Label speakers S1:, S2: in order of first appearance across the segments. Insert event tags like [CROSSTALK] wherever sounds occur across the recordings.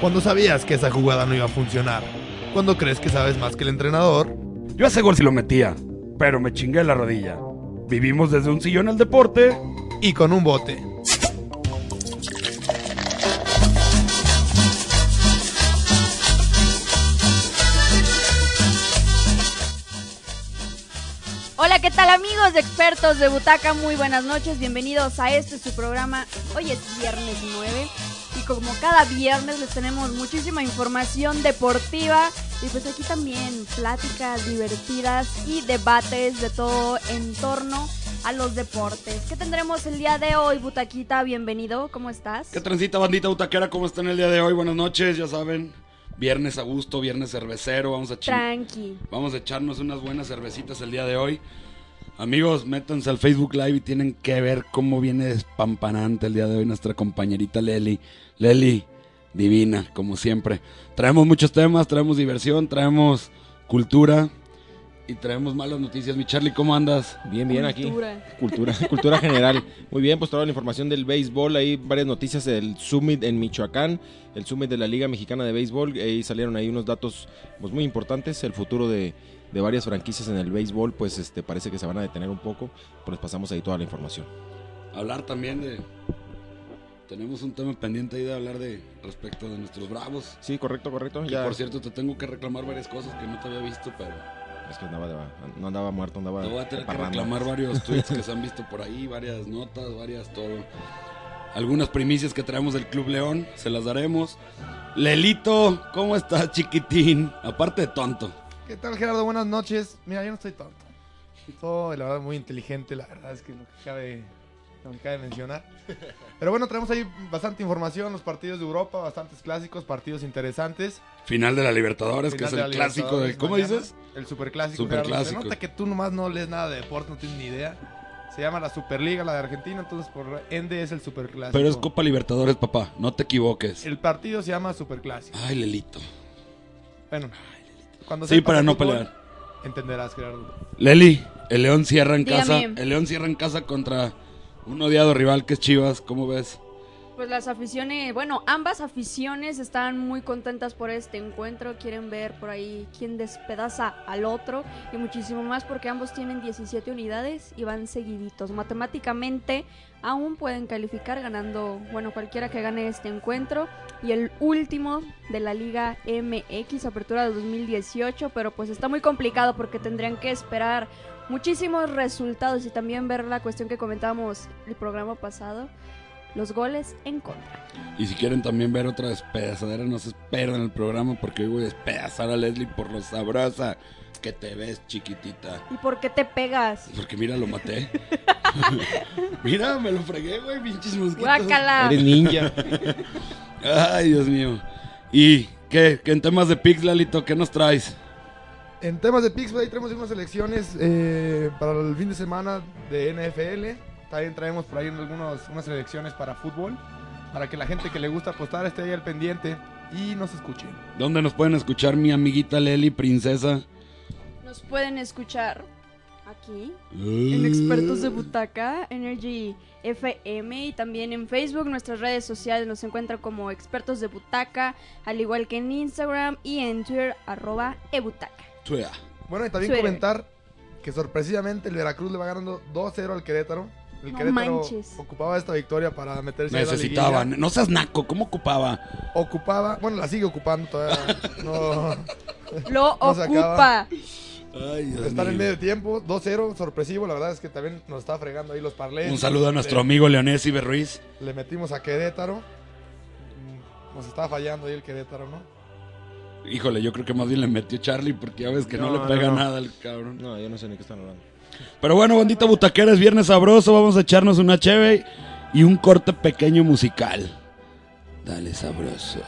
S1: Cuando sabías que esa jugada no iba a funcionar. Cuando crees que sabes más que el entrenador.
S2: Yo ese gol sí lo metía, pero me chingué la rodilla. Vivimos desde un sillón el deporte.
S1: Y con un bote.
S3: Hola, ¿qué tal amigos de expertos de Butaca? Muy buenas noches, bienvenidos a este su programa. Hoy es viernes 9 y como cada viernes les tenemos muchísima información deportiva y pues aquí también pláticas divertidas y debates de todo en torno a los deportes. ¿Qué tendremos el día de hoy, Butaquita? Bienvenido, ¿cómo estás?
S2: ¿Qué trencita, bandita butaquera? ¿Cómo están el día de hoy? Buenas noches, ya saben. Viernes a gusto, viernes cervecero, vamos a chin-
S3: Tranqui.
S2: Vamos a echarnos unas buenas cervecitas el día de hoy. Amigos, métanse al Facebook Live y tienen que ver cómo viene despampanante el día de hoy nuestra compañerita Leli. Leli, divina, como siempre. Traemos muchos temas, traemos diversión, traemos cultura y traemos malas noticias. Mi Charlie, ¿cómo andas?
S4: Bien, bien aquí.
S3: Cultura.
S4: Cultura, [LAUGHS] cultura general. Muy bien, pues toda la información del béisbol, hay varias noticias del Summit en Michoacán, el Summit de la Liga Mexicana de Béisbol, eh, ahí salieron ahí unos datos pues, muy importantes, el futuro de, de varias franquicias en el béisbol, pues este parece que se van a detener un poco, pues les pasamos ahí toda la información.
S2: Hablar también de... Tenemos un tema pendiente ahí de hablar de respecto de nuestros bravos.
S4: Sí, correcto, correcto.
S2: Que,
S4: Ya,
S2: por cierto, te tengo que reclamar varias cosas que no te había visto, pero...
S4: es que andaba, no andaba muerto, andaba...
S2: Te voy a tener que
S4: parranda.
S2: reclamar
S4: [LAUGHS]
S2: varios tweets que se han visto por ahí, varias notas, varias todo. Algunas primicias que traemos del Club León, se las daremos. Lelito, ¿cómo estás, chiquitín? Aparte de tonto.
S1: ¿Qué tal, Gerardo? Buenas noches. Mira, yo no estoy tonto. Soy, la verdad, muy inteligente. La verdad es que lo que cabe, lo que cabe mencionar. Pero bueno, tenemos ahí bastante información. Los partidos de Europa, bastantes clásicos, partidos interesantes.
S2: Final de la Libertadores, que
S1: Final
S2: es el
S1: la
S2: clásico
S1: Libertadores
S2: del... ¿Cómo
S1: mañana.
S2: dices?
S1: El superclásico.
S2: Superclásico.
S1: Gerardo. Se nota que tú nomás no lees nada de deporte, no tienes ni idea. Se llama la Superliga, la de Argentina, entonces por ende es el superclásico.
S2: Pero es Copa Libertadores, papá, no te equivoques.
S1: El partido se llama superclásico.
S2: Ay, Lelito.
S1: Bueno, cuando
S2: Sí,
S1: sepas
S2: para
S1: de
S2: no
S1: fútbol,
S2: pelear.
S1: Entenderás, Gerardo.
S2: Leli, el León cierra en
S3: Dígame.
S2: casa. El León cierra en casa contra un odiado rival que es Chivas, ¿cómo ves?
S3: Pues las aficiones, bueno, ambas aficiones están muy contentas por este encuentro, quieren ver por ahí quién despedaza al otro y muchísimo más porque ambos tienen 17 unidades y van seguiditos. Matemáticamente aún pueden calificar ganando, bueno, cualquiera que gane este encuentro y el último de la Liga MX Apertura de 2018, pero pues está muy complicado porque tendrían que esperar muchísimos resultados y también ver la cuestión que comentábamos el programa pasado los goles en contra.
S2: Y si quieren también ver otra despedazadera, no se pierdan el programa porque hoy voy a despedazar a Leslie por lo sabrosa que te ves, chiquitita.
S3: ¿Y por qué te pegas?
S2: Porque Pues mira, lo maté. [LAUGHS] mira, me lo fregué, güey, pinches mosquitos.
S3: Guácala.
S4: Eres ninja.
S2: Ay, Dios mío. ¿Y qué? ¿Qué en temas de pics, Lalito? ¿Qué nos traes?
S1: En temas de Pixel, ahí traemos unas elecciones eh, para el fin de semana de NFL. También traemos por ahí algunos, unas elecciones para fútbol. Para que la gente que le gusta apostar esté ahí al pendiente y nos escuche.
S2: ¿Dónde nos pueden escuchar mi amiguita Leli, princesa?
S3: Nos pueden escuchar aquí en Expertos de Butaca, Energy FM y también en Facebook. Nuestras redes sociales nos encuentran como Expertos de Butaca, al igual que en Instagram y en Twitter, arroba ebutaca.
S2: Tuea.
S1: Bueno, y también
S3: Suele.
S1: comentar que sorpresivamente el Veracruz le va ganando 2-0 al Querétaro. El
S3: No
S1: Querétaro
S3: manches.
S1: ocupaba esta victoria para meterse a la
S2: Ah, Necesitaba.
S1: liguilla.
S2: No seas naco, ¿cómo ocupaba?
S1: Ocupaba, bueno, la sigue ocupando todavía. no,
S3: Lo
S1: No se
S3: ocupa.
S2: Ay, Dios
S1: estar en
S2: mío.
S1: medio tiempo, 2-0, sorpresivo. La verdad es que también nos está fregando ahí los
S2: [LAUGHS]
S1: parlés.
S2: Un saludo a nuestro amigo Leonés Iber Ruiz.
S1: Le metimos a Querétaro. Mm, Nos está fallando ahí el Querétaro, ¿no?
S2: Híjole, yo creo que más bien le metió Charlie porque ya ves que no,
S4: No,
S2: le pega
S4: no, no.
S2: nada al cabrón.
S4: No, yo no sé ni qué están hablando.
S2: Pero bueno, bandita butaquera, es viernes sabroso, vamos a echarnos una cheve y un corte pequeño musical. Dale sabroso.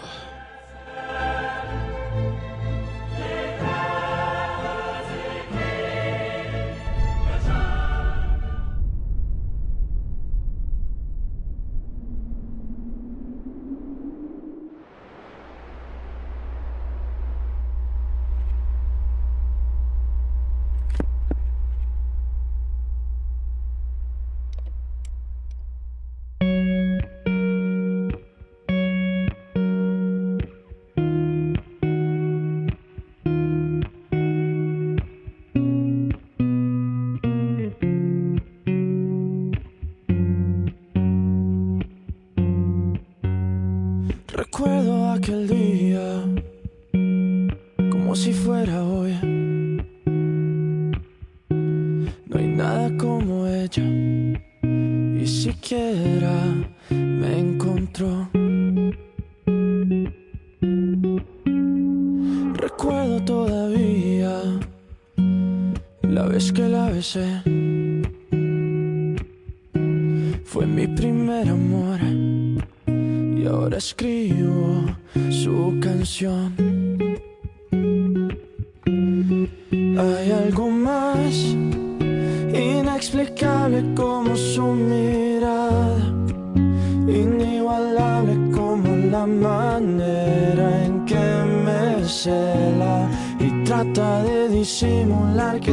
S5: Recuerdo aquel día como si fuera hoy. No hay nada como ella, y siquiera me encontró. Recuerdo todavía la vez que la besé. Fue mi primer amor y ahora escribo su canción. Hay algo más inexplicable como su mirada, inigualable como la manera en que me cela y trata de disimular que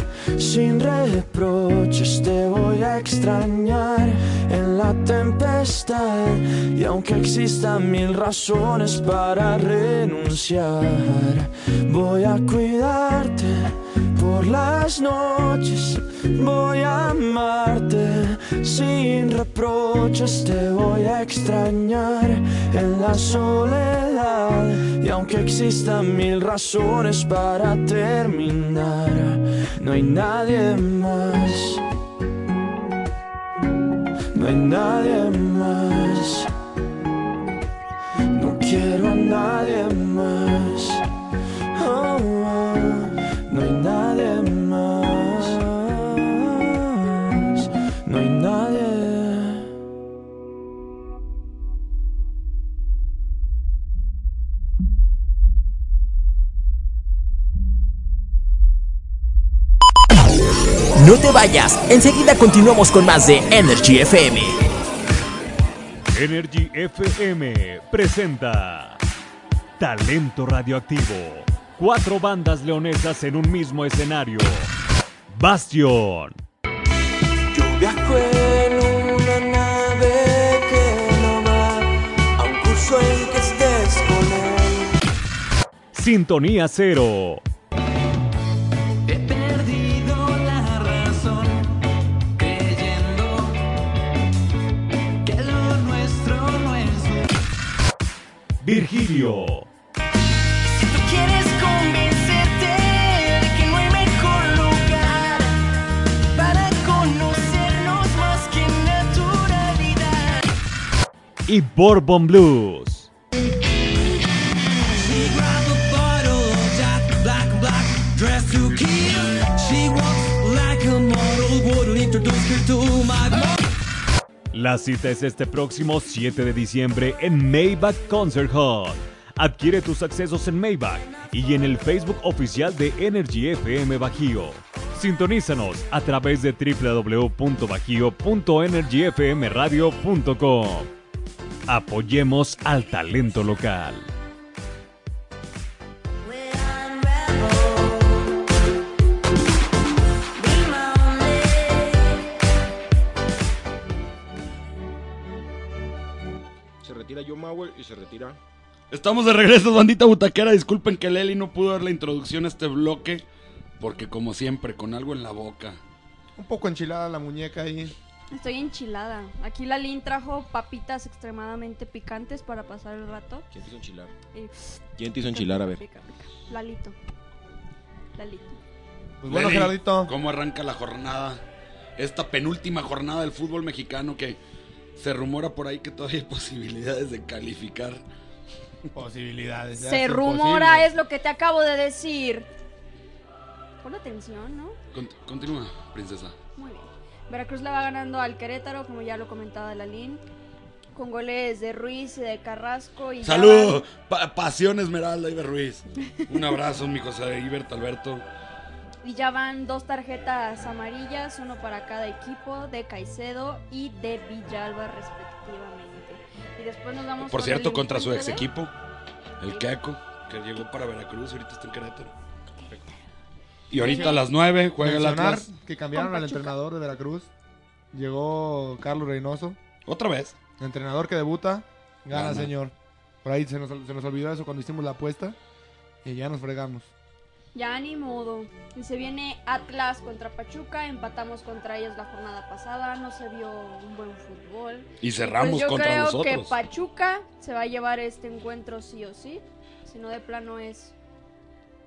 S5: sin reproches, te voy a extrañar en la tempestad y aunque existan mil razones para renunciar, voy a cuidarte por las noches, voy a amarte sin reproches, te voy a extrañar en la soledad y aunque existan mil razones para terminar, no hay nadie más. No hay nadie más. No quiero a nadie más. Oh, oh, No hay nadie más. No hay nadie.
S6: No te vayas, enseguida continuamos con más de Energy FM.
S7: Energy FM presenta Talento Radioactivo. Cuatro bandas leonesas en un mismo escenario. Bastion,
S5: Yo viajo en una nave que no va a un curso en que estés con él.
S7: Sintonía Cero,
S5: He perdido la razón, creyendo que lo nuestro no es un.
S7: Virgilio,
S5: Si tú quieres convencerte de que no hay mejor lugar para conocernos más que naturalidad.
S7: y Bourbon Blues.
S5: She grabs a bottle, just black, black, dress to kill. She walks like a model, wouldn't introduce her to my mom.
S7: La cita es este próximo 7 de diciembre en Maybach Concert Hall. Adquiere tus accesos en Maybach y en el Facebook oficial de Energy FM Bajío. Sintonízanos a través de www.bajío.energyfmradio.com. Apoyemos al talento local.
S4: Se retira John Mauer y se retira.
S2: Estamos de regreso, bandita butaquera. Disculpen que Leli no pudo dar la introducción a este bloque, porque como siempre, con algo en la boca.
S1: Un poco enchilada la muñeca ahí.
S3: Estoy enchilada. Aquí la Lin trajo papitas extremadamente picantes para pasar el rato.
S4: ¿Quién te hizo enchilar?
S3: Y-
S4: ¿Quién te hizo enchilar? A ver.
S3: Pica, pica. Lalito. Lalito.
S1: Pues bueno,
S2: Leli,
S1: Gerardito.
S2: ¿Cómo arranca la jornada? Esta penúltima jornada del fútbol mexicano que se rumora por ahí que todavía hay posibilidades de calificar.
S1: Posibilidades. ya
S3: Se
S1: es
S3: rumora,
S1: imposible.
S3: es lo que te acabo de decir. Pon atención, ¿no?
S2: Cont- continúa, princesa.
S3: Muy bien. Veracruz la va ganando al Querétaro, como ya lo comentaba Lalín. Con goles de Ruiz y de Carrasco. Y ya
S2: Saludos, pa- pasión Esmeralda, Iber Ruiz. Un abrazo, mi José Ibert Alberto.
S3: van- y ya van dos tarjetas amarillas, uno para cada equipo, de Caicedo y de Villalba respectivamente. Y después nos vamos
S2: Por
S3: con
S2: cierto,
S3: el
S2: contra su ex
S3: encuentro de-
S2: equipo, el Queco, que llegó para Veracruz, ahorita está en Querétaro. Y ahorita a las 9 juega el
S1: Mencionar
S2: Atlas.
S1: que cambiaron
S3: Con
S1: al
S3: Pachuca.
S1: entrenador de Veracruz. Llegó Carlos Reynoso,
S2: Otra vez.
S1: entrenador que debuta. Gana,
S2: Gana.
S1: señor. Por ahí se nos, se nos olvidó eso cuando hicimos la apuesta. Y ya nos fregamos.
S3: Ya ni modo. Y se viene Atlas contra Pachuca, empatamos contra ellos la jornada pasada, no se vio un buen fútbol.
S2: Y cerramos
S3: Pues yo
S2: contra
S3: creo que
S2: nosotros.
S3: Pachuca se va a llevar este encuentro sí o sí, si no de plano es,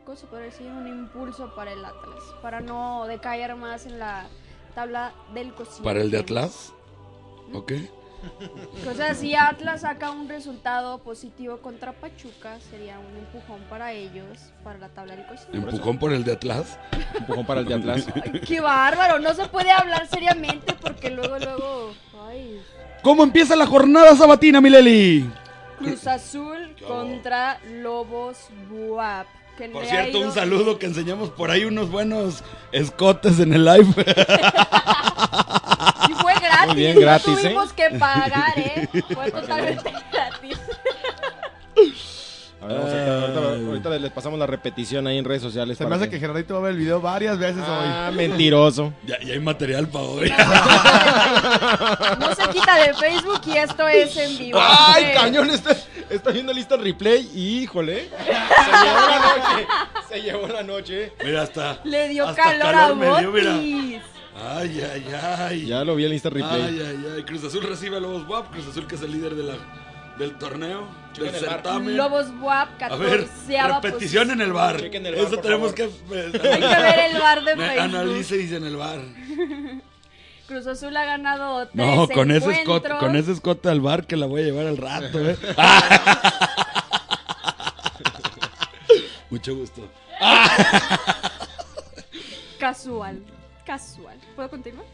S3: ¿cómo se puede decir? Un impulso para el Atlas, para no decaer más en la tabla del cociente.
S2: Para el de Atlas. ¿Ok?
S3: O sea, si Atlas saca un resultado positivo contra Pachuca, sería un empujón para ellos, para la tabla del cociente.
S2: Empujón por el de Atlas.
S4: Empujón para el de Atlas.
S3: Qué bárbaro, no se puede hablar seriamente porque luego, luego, ay,
S2: [LAUGHS] ¿Cómo empieza la jornada sabatina, Mileli?
S3: Cruz Azul
S2: Qué horror.
S3: contra Lobos Buap. que
S2: Por
S3: le ha
S2: cierto,
S3: ido-
S2: un saludo que enseñamos por ahí unos buenos escotes en el live.
S3: Y fue gratis,
S4: Muy bien,
S3: no
S5: ¿eh?
S4: gratis,
S3: tuvimos que pagar, ¿eh?
S5: [LAUGHS]
S3: Fue totalmente gratis.
S4: A ver, vamos a sacar- ahorita, ahorita les pasamos la repetición ahí en redes sociales.
S1: Eh. Se me
S4: para
S1: hace que Gerardito va a ver el video varias veces
S4: [LAUGHS] Ah,
S1: hoy.
S4: mentiroso.
S2: Ya, ya hay material para hoy.
S3: No se quita de Facebook y esto es en vivo.
S4: ¡Ay,
S3: Eh,
S4: cañón! Está, está viendo lista el replay. ¡Híjole! Se llevó la noche. Se llevó la noche.
S2: Mira, hasta.
S3: Le dio
S2: hasta
S3: calor,
S2: me
S3: a
S2: dio, mira.
S3: Botis.
S2: Ay, ay, ay.
S4: Ya lo vi en lista replay.
S2: Ay, ay, ay. Cruz Azul recibe a Lobos Buap. Cruz Azul que es el líder de la, del torneo, del certamen.
S3: Lobos Buap,
S2: a ver,
S3: 14
S2: repetición en el bar.
S4: Chequen el bar,
S2: Eso
S4: por
S2: tenemos
S3: Hay que
S2: [LAUGHS] que. eh,
S3: ver el bar de Facebook.
S2: Analice, dice en el bar.
S3: [LAUGHS] Cruz Azul ha ganado tres
S2: No, con ese, escote,
S3: encuentros.
S2: con ese escote al bar que la voy a llevar al rato, ¿eh? [LAUGHS] Mucho gusto.
S4: [LAUGHS]
S3: Casual. Casual. ¿Puedo continuar?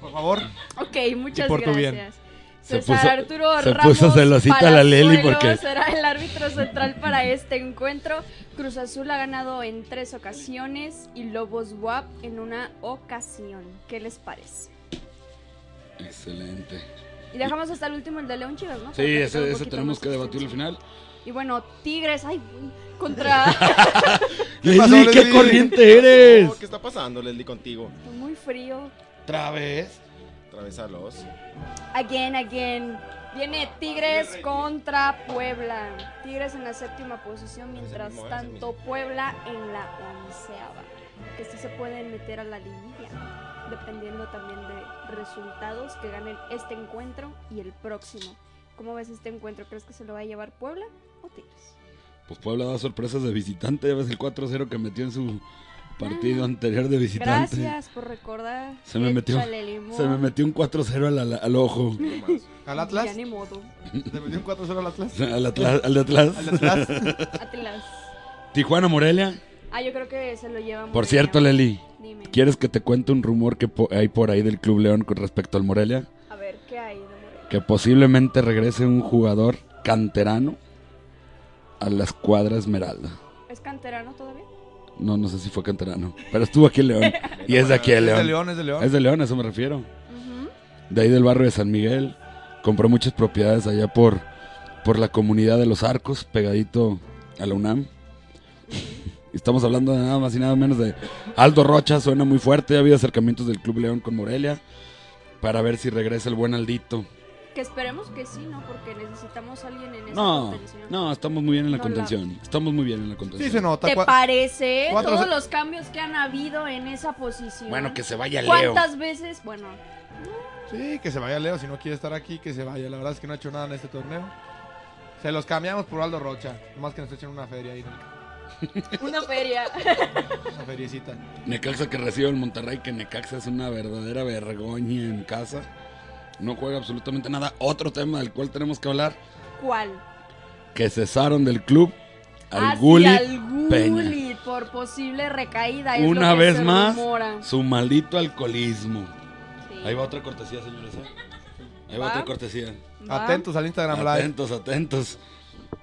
S1: Por favor.
S3: Ok, muchas
S1: Y por tu
S3: gracias.
S1: bien.
S2: Se
S3: César
S2: puso-
S3: Arturo
S2: se
S3: Ramos
S2: puso celosita la Leli
S3: Palazuelo
S2: porque-
S3: será el árbitro central para este encuentro. Cruz Azul ha ganado en tres ocasiones y Lobos WAP en una ocasión. ¿Qué les parece?
S2: Excelente.
S3: Y dejamos hasta el último el de León Chivas, ¿no? Para
S2: Sí,
S3: sea un
S2: ese, ese
S3: poquito
S2: tenemos
S3: más
S2: que debatir al
S3: extenso.
S2: final.
S3: Y bueno, Tigres, ay,
S2: [LAUGHS]
S3: contra... [LAUGHS]
S2: Leslie,
S1: pasó,
S2: qué
S1: Leslie?
S2: corriente eres.
S4: ¿Qué está pasando, Leslie, contigo?
S3: Muy frío.
S2: Otra vez.
S4: Travesalos.
S3: Again, again. Viene Tigres contra Puebla. Tigres en la séptima posición, mientras
S4: mismo, es el
S3: tanto Puebla en la onceava. Que sí se pueden meter a la liguilla, dependiendo también de resultados que ganen este encuentro y el próximo. ¿Cómo ves este encuentro? ¿Crees que se lo va a llevar Puebla o Tigres?
S2: Pues Puebla da sorpresas de visitante. Ya ves el 4-0 que metió en su partido anterior de visitante.
S3: Ah. Gracias por recordar.
S2: Se me metió-
S3: Échale limón.
S2: Se me metió un 4-0 al, al-
S3: [LAUGHS]
S2: al ojo.
S1: Al
S3: Ya
S1: Atlas.
S3: ni modo.
S1: Le metió un 4-0 al Atlas.
S2: [LAUGHS] Al, Atlas- al de atrás.
S1: Al Atlas.
S2: [LAUGHS]
S3: Atlas.
S2: Tijuana, Morelia.
S3: Ah, yo creo que se lo lleva
S2: Por
S3: Morelia.
S2: cierto, Leli,
S3: Dime.
S2: ¿quieres que te cuente un rumor que po- hay por ahí del Club León con respecto al Morelia?
S3: A ver, ¿qué hay de Morelia?
S2: Que posiblemente regrese un jugador canterano a la escuadra Esmeralda.
S3: ¿Es canterano todavía?
S2: No, no sé si fue canterano, pero estuvo aquí
S3: [LAUGHS]
S2: en León. y es de aquí en
S1: Es de
S2: León.
S1: León, es de León.
S2: Es de León, a eso me refiero. De ahí del barrio de San Miguel. Compró muchas propiedades allá por, por la comunidad de los arcos, pegadito a la UNAM. Estamos hablando de nada más y nada menos de Aldo Rocha, suena muy fuerte. Ha habido acercamientos del Club León con Morelia para ver si regresa el buen Aldito
S3: Que esperemos que sí, ¿no? Porque necesitamos a alguien en esa
S2: No,
S3: contención.
S2: no, estamos muy bien en la
S3: No la-
S2: contención. Estamos muy bien en la
S1: Sí se
S2: contención.
S1: nota.
S3: ¿Te
S1: cua-
S3: parece ¿eh?
S1: cuatro-
S3: todos los cambios que han habido en esa posición?
S2: Bueno, que se vaya Leo.
S3: ¿Cuántas veces? Bueno,
S1: Sí, que se vaya Leo. Si no quiere estar aquí, que se vaya. La verdad es que no ha hecho nada en este torneo. Se los cambiamos por Aldo Rocha. Nomás que nos echen una feria ahí. ¿no?
S3: una feria.
S1: Una feriecita.
S2: Necaxa que recibe el Monterrey, que Necaxa es una verdadera vergoña en casa. No juega absolutamente nada. Otro tema del cual tenemos que hablar,
S3: ¿Cuál?
S2: que cesaron del club
S3: Ah,
S2: al
S3: sí,
S2: Gullit
S3: al
S2: Peña.
S3: Gullit por posible recaída. es lo
S2: Una
S3: que
S2: vez
S3: se
S2: más,
S3: rumora.
S2: su maldito alcoholismo.
S3: Sí.
S2: Ahí va otra cortesía, señores. ¿eh? Ahí va
S3: Va.
S2: otra cortesía.
S3: Va.
S1: Atentos al Instagram Live.
S2: Atentos, atentos.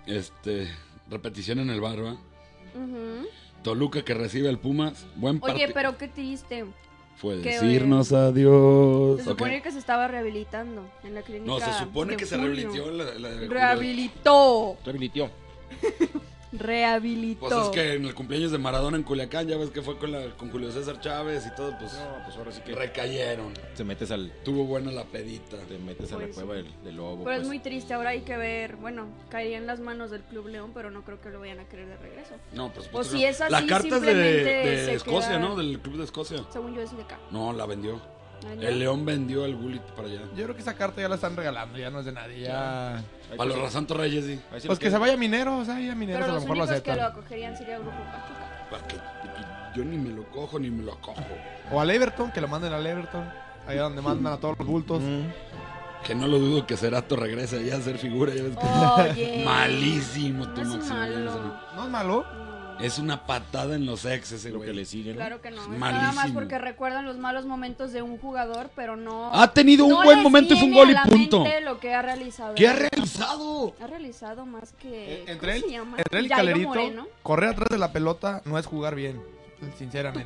S2: Este, repetición en el bar, ¿va?
S3: Ujú.
S2: Toluca que recibe al Pumas. Buen
S3: Oye,
S2: partido.
S3: pero qué triste.
S2: Fue
S3: qué
S2: decirnos adiós.
S3: Se supone
S2: Ok.
S3: que se estaba rehabilitando en la clínica.
S2: No, se supone
S3: de
S2: que se
S3: Julio.
S2: rehabilitó la, la- la-
S3: Rehabilitó.
S4: Rehabilitó.
S3: Rehabilitó.
S2: Pues es que en el cumpleaños de Maradona en Culiacán, ya ves que fue con, la, con Julio César Chávez y todo, pues
S4: No, pues ahora sí que
S2: recayeron.
S4: te metes al
S2: Tuvo buena la pedita.
S4: te metes a la
S3: Pues sí.
S4: cueva del, del lobo.
S3: Pero es
S4: pues.
S3: muy triste, ahora hay que ver, bueno, caería en las manos del Club León, pero no creo que lo vayan a querer de regreso.
S2: No, por supuesto.
S3: Pues
S2: que
S3: si
S2: no.
S3: es así,
S2: la carta es de,
S3: simplemente
S2: de
S3: se
S2: Escocia,
S3: queda-
S2: ¿no? Del club de Escocia.
S3: Según yo es de acá.
S2: No, la vendió.
S3: Ay, no.
S2: El León vendió al Gullit para allá.
S1: Yo creo que esa carta ya la están regalando. Ya no es de nadie. Ya.
S4: Ahí
S2: Para
S4: pues,
S2: los Rasanto Reyes, sí.
S4: ahí sí
S1: Pues
S4: lo
S1: que se
S4: queda.
S1: vaya minero. O sea, ya mineros
S3: Pero
S1: a lo
S3: los
S1: mejor lo
S3: únicos que lo
S1: aceptan.
S3: acogerían sería Grupo Pachuca.
S2: Pa' que- que yo ni me lo cojo ni me lo cojo.
S1: O al Everton, que lo manden al Everton. Allá donde mandan a todos los bultos.
S2: Mm. Que no lo dudo que Cerato regrese allá a ser figura. ya ves que-
S3: Oye.
S2: [LAUGHS] Malísimo
S3: No
S2: tu
S3: es
S2: Maximiliano
S3: malo.
S2: Serrano.
S1: ¿No es malo?
S3: No,
S2: Es una patada en los exes,
S4: Lo
S2: güey.
S4: que le sigue, ¿no?
S3: Claro que no.
S2: Es
S3: Es nada más
S2: malísimo.
S3: porque recuerdan los malos momentos de un jugador, pero no.
S2: Ha tenido un
S3: no
S2: buen
S3: les
S2: momento, es un
S3: viene a
S2: gol
S3: la
S2: y punto.
S3: mente lo que ha realizado.
S2: ¿Qué ha realizado?
S3: Ha realizado más que.
S1: Eh, entre
S3: ¿cómo
S1: él-
S3: se llama?
S1: Entre el
S3: Jairo
S1: calerito,
S3: Moreno.
S1: correr atrás de la pelota no es jugar bien. Sinceramente.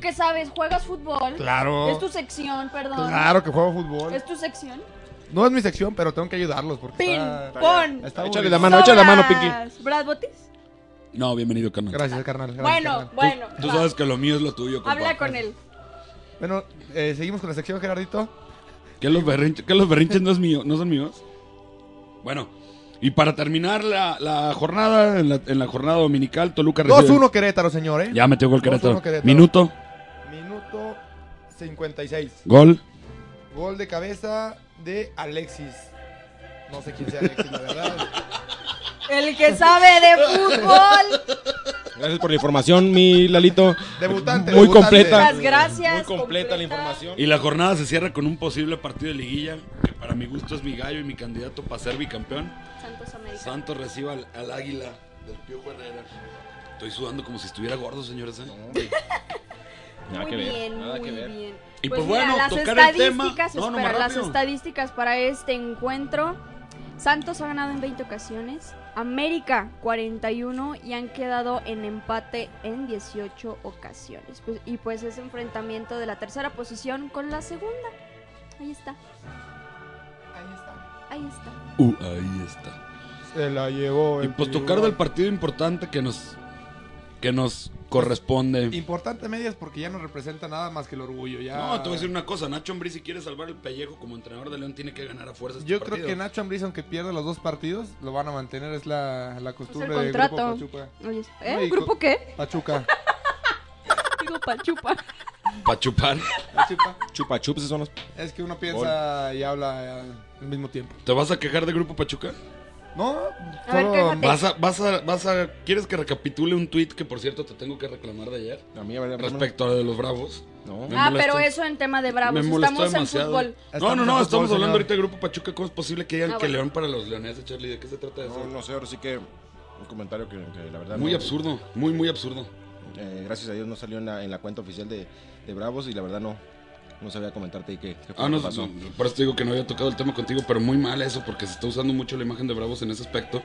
S3: ¿Tú qué sabes? ¿Juegas fútbol?
S1: Claro.
S3: Es tu sección, perdón.
S1: Claro que juego fútbol.
S3: Es tu sección.
S1: No es mi sección, pero tengo que ayudarlos porque
S3: Pin,
S1: está-
S3: pon.
S1: está
S4: Échale
S1: aburrido.
S4: la mano, échale la mano, Pinky.
S3: Sobras. ¿Brad Botis?
S2: No, bienvenido, carnal.
S1: Gracias, carnal. gracias,
S3: Bueno,
S1: carnal.
S3: bueno.
S2: Tú
S3: va.
S2: sabes que lo mío es lo tuyo, compa.
S3: Habla con él.
S1: Bueno, eh, seguimos con la sección, Gerardito.
S2: Que los berrinches, que los berrinches no, es mío, no son míos. Bueno, y para terminar la, la jornada, en la, en la jornada dominical, Toluca recibe...
S1: 2-1 Querétaro, señores.
S2: Ya metió gol
S1: 2-1
S2: Querétaro.
S1: Querétaro.
S2: Minuto,
S1: Minuto 56.
S2: gol.
S1: Gol de cabeza de Alexis. No sé quién sea Alexis, la verdad.
S3: El que sabe
S4: [LAUGHS]
S3: de fútbol.
S4: Gracias por la información, mi Lalito.
S1: Debutante.
S4: Muy
S1: debutante.
S4: completa.
S3: Muchas gracias.
S4: Muy completa la información.
S2: Y la jornada se cierra con un posible partido de liguilla, que para mi gusto es mi gallo y mi candidato para ser bicampeón.
S3: Santos América.
S2: Santos reciba al, al águila del Piojo Herrera. Estoy sudando como si estuviera gordo, señores. ¿eh?
S3: [LAUGHS]
S4: Nada
S3: muy
S4: que ver,
S3: bien,
S4: nada
S3: muy
S4: que ver.
S3: bien.
S2: Y pues
S3: mira,
S2: bueno,
S3: las
S2: tocar el tema.
S3: estadísticas,
S2: No, no, más
S3: espera, las
S2: rápido.
S3: estadísticas para este encuentro. Santos ha ganado en 20 ocasiones, América 41 y han quedado en empate en 18 ocasiones. Pues- y pues es enfrentamiento de la tercera posición con la segunda. Ahí está,
S1: Ahí está.
S3: ahí está.
S2: Uh, ahí está.
S1: Se la llevó.
S2: Y
S1: el
S2: pues
S1: tiburón.
S2: tocar del partido importante que nos que nos [LAUGHS] corresponde.
S1: Importante medias porque ya no representa nada más que el orgullo. Ya...
S2: No, te voy a decir una cosa, Nacho Ambriz si quiere salvar el pellejo como entrenador de León tiene que ganar a fuerzas. este
S1: Yo creo que Nacho Ambriz, aunque pierda los dos partidos, lo van a mantener. Es la, la costumbre
S3: Pues el
S1: del
S3: contrato.
S1: grupo Pachuca.
S3: Oye, ¿eh?
S1: No, y
S3: ¿Grupo
S1: con-
S3: qué? [LAUGHS]
S1: Pachuca.
S3: Digo Pachupa.
S2: para chupar.
S1: Pachuca.
S4: Chupa chups, esos son los.
S1: Es que uno piensa y habla eh, al mismo tiempo.
S2: ¿Te vas a quejar de Grupo Pachuca?
S1: No,
S3: A ver, quéjate.
S2: ¿Vas a vas a vas a quieres que recapitule un tuit que por cierto te tengo que reclamar de ayer
S4: A mí, a ver,
S2: respecto a lo de los Bravos?
S4: No.
S2: Me
S3: ah,
S2: molestó.
S3: pero eso en tema de bravos.
S2: Me molestó
S3: Estamos
S2: demasiado.
S3: en fútbol.
S2: No, no,
S1: Estamos en
S2: no,
S1: fútbol,
S2: estamos hablando
S1: señor.
S2: ahorita de Grupo Pachuca, ¿cómo es posible que digan
S3: Ah,
S2: que
S3: bueno.
S2: León para los leoneses, Charlie? ¿De qué se trata eso?
S4: No, no sé, ahora sí que un comentario que, que la verdad.
S2: Muy
S4: no-
S2: absurdo, muy muy absurdo.
S4: eh, gracias a Dios no salió en la, en la cuenta oficial de, de Bravos y la verdad no, no sabía comentarte y qué, qué fue
S2: Ah,
S4: lo
S2: no,
S4: que pasó.
S2: no, por eso te digo que no había tocado el tema contigo, pero muy mal eso, porque se está usando mucho la imagen de Bravos en ese aspecto.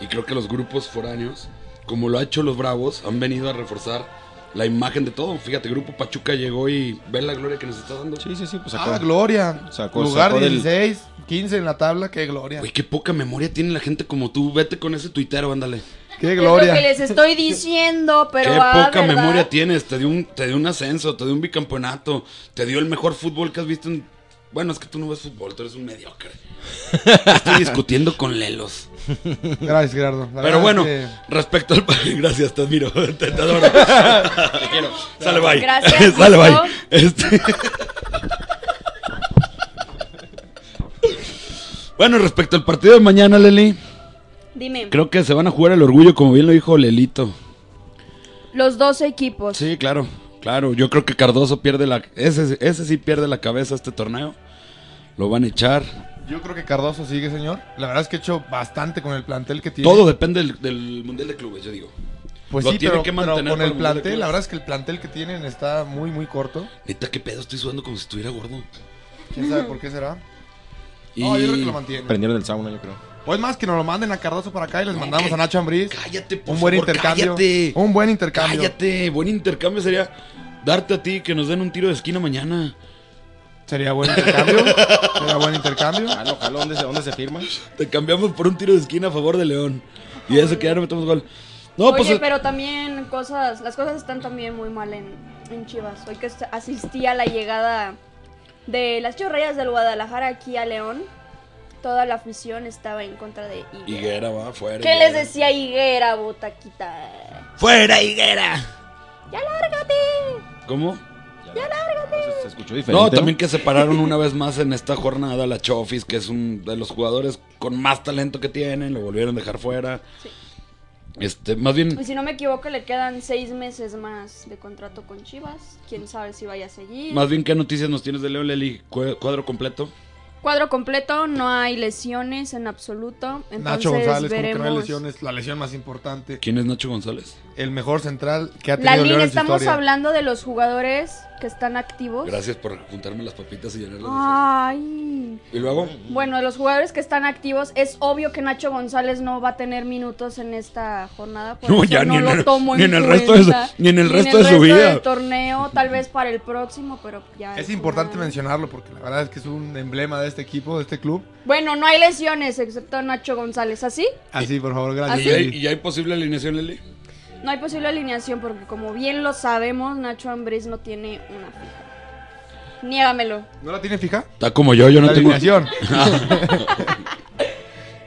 S2: Y creo que los grupos foráneos, como lo ha hecho los Bravos, han venido a reforzar la imagen de todo. Fíjate, Grupo Pachuca llegó y ve la gloria que nos está dando.
S4: Sí, sí, sí, pues
S1: Ah,
S4: acá.
S1: gloria.
S4: Sacó-
S1: Lugar
S4: sacó del-
S1: 16, 15 en la tabla. Qué
S2: [LAUGHS]
S1: gloria.
S2: Güey, qué poca memoria tiene la gente como tú. Vete con ese tuitero, ándale.
S1: Qué
S3: Es lo que
S1: gloria.
S3: les estoy diciendo, pero.
S2: qué
S3: ah,
S2: poca
S3: ¿verdad?
S2: memoria tienes. Te dio, un, te dio un ascenso, te dio un bicampeonato, te dio el mejor fútbol que has visto en Bueno, es que tú no ves fútbol, tú eres un
S1: [LAUGHS]
S2: mediocre. Estoy discutiendo con Lelos.
S1: Gracias, Gerardo.
S2: Pero
S1: La verdad
S2: bueno,
S1: es
S2: respecto al... [LAUGHS] Gracias, te admiro, [LAUGHS] te, te
S1: [LAUGHS]
S2: adoro. Te quiero. Sale, bye.
S3: Gracias,
S2: [LAUGHS] Sale, bye.
S3: gusto.
S2: Este- [LAUGHS] bueno, respecto al partido de mañana, Leli,
S3: Dime,
S2: creo que se van a jugar el orgullo, como bien lo dijo Lelito.
S3: los dos equipos.
S2: Sí, claro, claro. Yo creo que Cardoso pierde la... Ese, ese sí pierde la cabeza este torneo. Lo van a echar.
S1: que yo creo que Cardoso sigue, señor. La verdad es que he hecho bastante con el plantel que tiene.
S2: Todo depende del, del Mundial de Clubes, yo digo.
S1: Pues
S2: lo
S1: sí,
S2: tiene
S1: pero,
S2: que
S1: pero
S2: mantener
S1: con
S2: para el Mundial
S1: el
S2: de
S1: plantel,
S2: Clubes.
S1: la verdad es que el plantel que tienen está muy, muy corto.
S2: Neta, qué pedo, estoy sudando como si estuviera gordo.
S1: ¿Quién sabe por qué será?
S2: Y...
S1: No, yo creo que lo mantienen.
S4: Prendieron del sauna, yo creo.
S1: Pues más que nos lo manden a Cardoso para acá y les
S2: No,
S1: mandamos
S2: que-
S1: a Nacho Ambriz.
S2: Cállate, por
S1: Un buen
S2: favor,
S1: intercambio.
S2: Cállate.
S1: Un buen intercambio.
S2: Cállate, buen intercambio sería darte a ti que nos den un tiro de esquina mañana.
S1: Sería buen intercambio. Sería buen intercambio.
S4: Jalo, jalo, Ah, ¿dónde se, dónde se firma?
S2: Te cambiamos por un tiro de esquina a favor de León. Y eso que ya no metemos gol. No,
S3: Oye,
S2: pues eh,
S3: pero también cosas, las cosas están también muy mal en, en Chivas. Hoy que est- asistí a la llegada de las chorreas del Guadalajara aquí a León, toda la afición estaba en contra de Higuera.
S2: Higuera va fuera.
S3: ¿Qué les decía Higuera, botaquita?
S2: ¡Fuera, Higuera!
S3: ¡Ya lárgate!
S2: ¿Cómo?
S4: Ah, Se, se escuchó diferente.
S2: No, también que separaron una vez más en esta jornada a la Chofis, que es un de los jugadores con más talento que tienen, lo volvieron a dejar fuera. Este, más bien,
S3: Y si no me equivoco, le quedan seis meses más de contrato con Chivas. Quién sabe si vaya a seguir.
S2: más bien, ¿qué noticias nos tienes de Leo Leli? Cue- Cuadro completo.
S3: Cuadro completo, no hay lesiones en absoluto. Entonces
S1: Nacho González, como que
S3: veremos.
S1: no hay lesiones. La lesión más importante.
S2: ¿Quién es Nacho González?
S1: El mejor central que ha tenido
S3: La
S1: León
S3: línea,
S1: en su
S3: estamos
S1: historia.
S3: hablando de los jugadores que están activos.
S2: Gracias por juntarme las papitas y llenarlas.
S3: Ah.
S2: de salsa.
S3: Ay.
S2: ¿Y luego?
S3: Bueno, de los jugadores que están activos, es obvio que Nacho González no va a tener minutos en esta jornada. por
S2: No,
S3: eso
S2: ya ni en
S3: lo
S2: el-
S3: tomo
S2: ni en el resto
S3: cuenta.
S2: de su- ni en el resto de su vida.
S3: del torneo, tal vez para el próximo, pero ya.
S1: Es importante
S3: una-
S1: mencionarlo porque la verdad es que es un emblema de este equipo, de este club.
S3: Bueno, no hay lesiones excepto Nacho González, ¿así?
S1: Así, por favor,
S3: ¿Ah,
S1: gracias.
S2: ¿Y,
S3: sí?
S2: hay, y hay posible alineación, Leli?
S3: No hay posible alineación porque, como bien lo sabemos, Nacho Ambriz no tiene una fija. Niégamelo.
S1: ¿No la tiene fija?
S2: Está como yo, yo [LAUGHS]
S1: la alineación. [LAUGHS]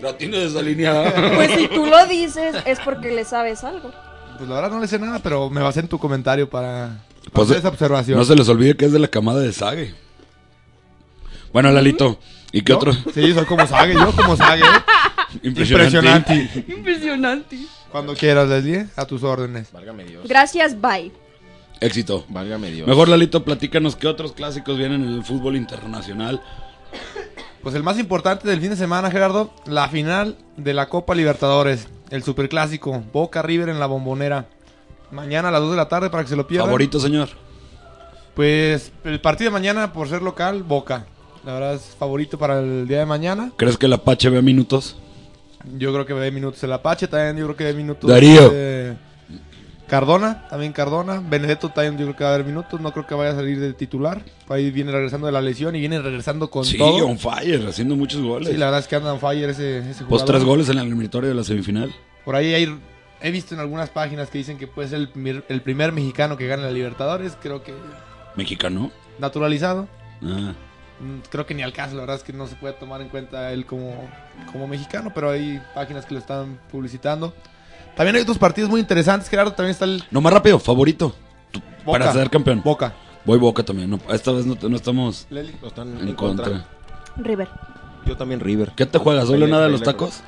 S2: La tiene desalineada.
S3: Pues si tú lo dices, es porque le sabes algo.
S1: Pues la verdad no le sé nada, pero me basé en tu comentario para, para
S2: Pues,
S1: hacer esa observación.
S2: No se les olvide que es de la camada de Sague. Bueno, Lalito, ¿y qué
S1: ¿No?
S2: otro?
S1: Sí, soy como Sague, yo como Sague.
S2: [LAUGHS] Impresionante.
S1: Impresionante.
S3: Impresionante.
S1: Cuando quieras, Leslie, a tus órdenes.
S4: Válgame Dios.
S3: Gracias, bye.
S2: Éxito.
S4: [LAUGHS] Válgame Dios.
S2: Mejor, Lalito, platícanos qué otros clásicos vienen en el fútbol internacional.
S1: Pues el más importante del fin de semana, Gerardo, la final de la Copa Libertadores, el Superclásico, Boca River en la Bombonera. Mañana a las 2 de la tarde para que se lo pierdan.
S2: Favorito, señor.
S1: Pues el partido de mañana, por ser local, Boca. La verdad es favorito para el día de mañana.
S2: ¿Crees que el Apache vea minutos?
S1: Yo creo que ve minutos el Apache, también yo creo que ve minutos.
S2: Darío.
S1: eh, Cardona, también Cardona. Benedetto también yo creo que va a haber minutos. No creo que vaya a salir de titular. Ahí viene regresando de la lesión y viene regresando con
S2: sí,
S1: todo.
S2: on fire, haciendo muchos goles.
S1: Sí, la verdad es que anda on fire ese, ese jugador.
S2: Pues tres goles en el eliminatorio de la semifinal.
S1: Por ahí hay, he visto en algunas páginas que dicen que puede ser el primer, el primer mexicano que gane la Libertadores. Creo que
S2: Mexicano.
S1: naturalizado.
S2: Ah.
S1: Mm, Creo que ni al caso, la verdad es que no se puede tomar en cuenta él como, como mexicano, pero hay páginas que lo están publicitando. También hay otros partidos muy interesantes, Gerardo. También está el
S2: No, más rápido, favorito. Tú,
S1: Boca.
S2: Para ser campeón.
S1: Boca.
S2: Voy Boca también. no- esta vez no, te- no estamos
S1: Leli.
S4: Lo están
S2: en contra.
S3: River.
S4: Yo también River.
S2: ¿Qué te juegas? ¿Doble o
S4: Pelea-
S2: nada de los
S4: pelea
S2: tacos?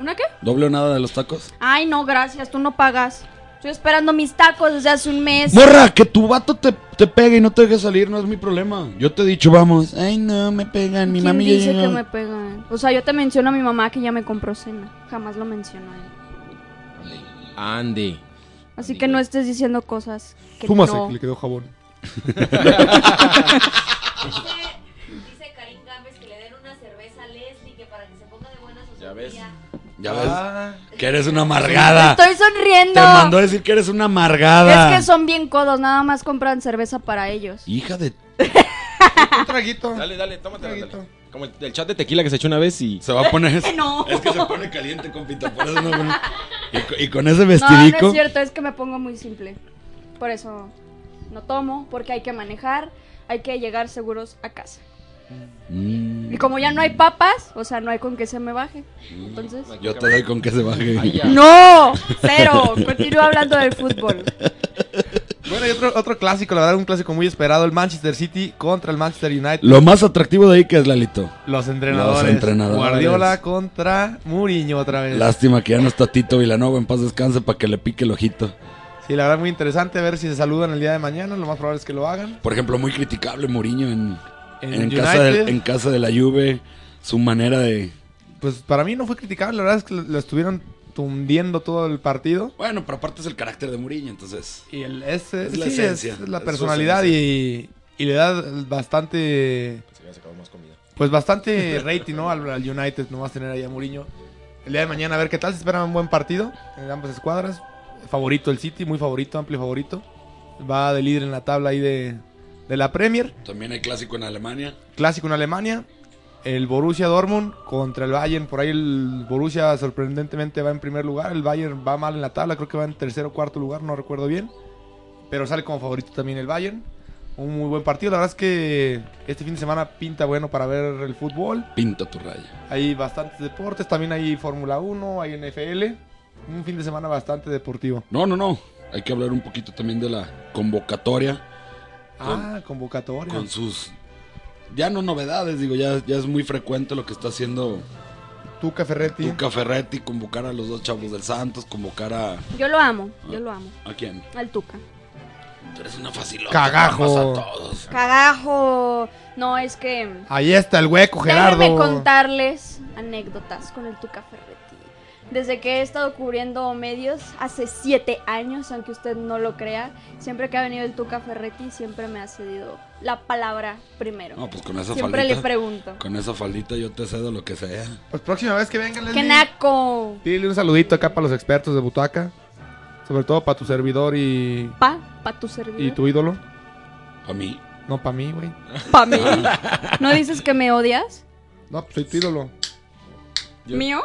S3: ¿Una qué?
S2: ¿Doble o nada de los tacos?
S3: Ay, no, gracias, tú no pagas. Estoy esperando mis tacos desde hace un mes.
S2: Morra, que tu vato te, te pegue y no te deje salir, no es mi problema. Yo te he dicho, vamos. Ay, no, me pegan, mi
S3: ¿Quién
S2: mami ya
S3: dice que
S2: llegó.
S3: me pegan? O sea, yo te menciono a mi mamá que ya me compró cena. Jamás lo menciono a él.
S4: Andy.
S3: Así que no estés diciendo cosas que
S1: Súmase,
S3: no.
S1: que le quedó jabón.
S8: Dice Karim Gámez que le den una cerveza a Leslie que para que se ponga de buenas o
S4: [LAUGHS] Ya ves.
S2: Ya ves,
S1: Ah.
S2: que eres una amargada.
S3: Estoy sonriendo.
S2: Te mandó a decir que eres una amargada.
S3: Es que son bien codos, nada más compran cerveza para ellos.
S2: Hija de...
S1: [LAUGHS] Un traguito.
S4: Dale, dale, tómatela.
S1: Traguito.
S4: dale. Como el, el chat de tequila que se echó una vez y...
S2: Se va a poner...
S3: No.
S2: Es que se pone caliente, compita. por eso no- y, con- y con ese
S3: No, no
S2: vestidico...
S3: es cierto, es que me pongo muy simple. Por eso no tomo, porque hay que manejar, hay que llegar seguros a casa.
S2: Mm.
S3: Y como ya no hay papas, o sea, no hay con que se me baje. Entonces.
S2: Mm. Yo te doy con que se baje.
S3: ¡No!
S2: [LAUGHS]
S3: ¡Cero! Continúa hablando del fútbol.
S1: Bueno, y otro, otro clásico, la verdad, un clásico muy esperado, el Manchester City contra el Manchester United.
S2: Lo más atractivo de ahí que es Lalito.
S1: Los entrenadores.
S2: Los entrenadores.
S1: Guardiola contra Muriño otra vez.
S2: Lástima que ya no está Tito Villanova en paz descanse para que le pique el ojito.
S1: Sí, la verdad, muy interesante ver si se saludan el día de mañana. Lo más probable es que lo hagan.
S2: Por ejemplo, muy criticable Mourinho en,
S1: En
S2: en
S1: United,
S2: casa, de, en casa de la Juve. Su manera de...
S1: pues para mí no fue criticable. La verdad es que lo lo estuvieron tundiendo todo el partido.
S2: Bueno, pero aparte es el carácter de Mourinho, entonces...
S1: Y el, ese-
S2: Es la
S1: sí,
S2: esencia,
S1: es la
S2: es su
S1: personalidad
S2: esencia.
S1: y, y le da bastante,
S4: Se había sacado más comida. [LAUGHS]
S1: pues bastante rating, ¿no? Al, al United, nomás tener ahí a Mourinho. El día de mañana a ver qué tal, se espera un buen partido en ambas escuadras. Favorito el City, muy favorito, amplio favorito. Va de líder en la tabla ahí de, de la Premier.
S2: También hay clásico en Alemania.
S1: Clásico en Alemania. El Borussia Dortmund contra el Bayern. Por ahí el Borussia sorprendentemente va en primer lugar. El Bayern va mal en la tabla. Creo que va en tercero o cuarto lugar. No recuerdo bien. Pero sale como favorito también el Bayern. Un muy buen partido. La verdad es que este fin de semana pinta bueno para ver el fútbol.
S2: Pinta tu raya.
S1: Hay bastantes deportes. También hay Fórmula 1, hay NFL. Un fin de semana bastante deportivo.
S2: No, no, no. Hay que hablar un poquito también de la convocatoria.
S1: Ah, convocatoria.
S2: con sus ya no novedades, digo, ya, ya es muy frecuente lo que está haciendo
S1: Tuca Ferretti.
S2: Tuca Ferretti, convocar a los dos chavos del Santos, convocar a
S3: Yo lo amo, yo lo amo.
S2: ¿a quién?
S3: Al Tuca.
S2: Tú eres una facilota.
S1: Cagajo.
S2: amas a todos.
S3: Cagajo. No, es que.
S1: Ahí está el hueco, Gerardo.
S3: Déjenme contarles anécdotas con el Tuca Ferretti. Desde que he estado cubriendo medios hace siete años, aunque usted no lo crea, siempre que ha venido el Tuca Ferretti siempre me ha cedido la palabra primero.
S2: No, pues con esa
S3: siempre le
S2: faldita.
S3: pregunto.
S2: Con esa faldita yo te cedo lo que sea. [LAUGHS]
S1: Pues próxima vez que vengan,
S3: ¡Qué
S1: Leslie,
S3: naco!
S1: Dile un saludito acá para los expertos de Butaca. Sobre todo para tu servidor y,
S3: Pa, pa tu servidor.
S1: y tu ídolo.
S2: A mí.
S1: No para mí, güey.
S3: Pa mí.
S2: Ah.
S3: ¿No dices que me odias?
S1: No, pues soy tu ídolo.
S3: ¿Mío?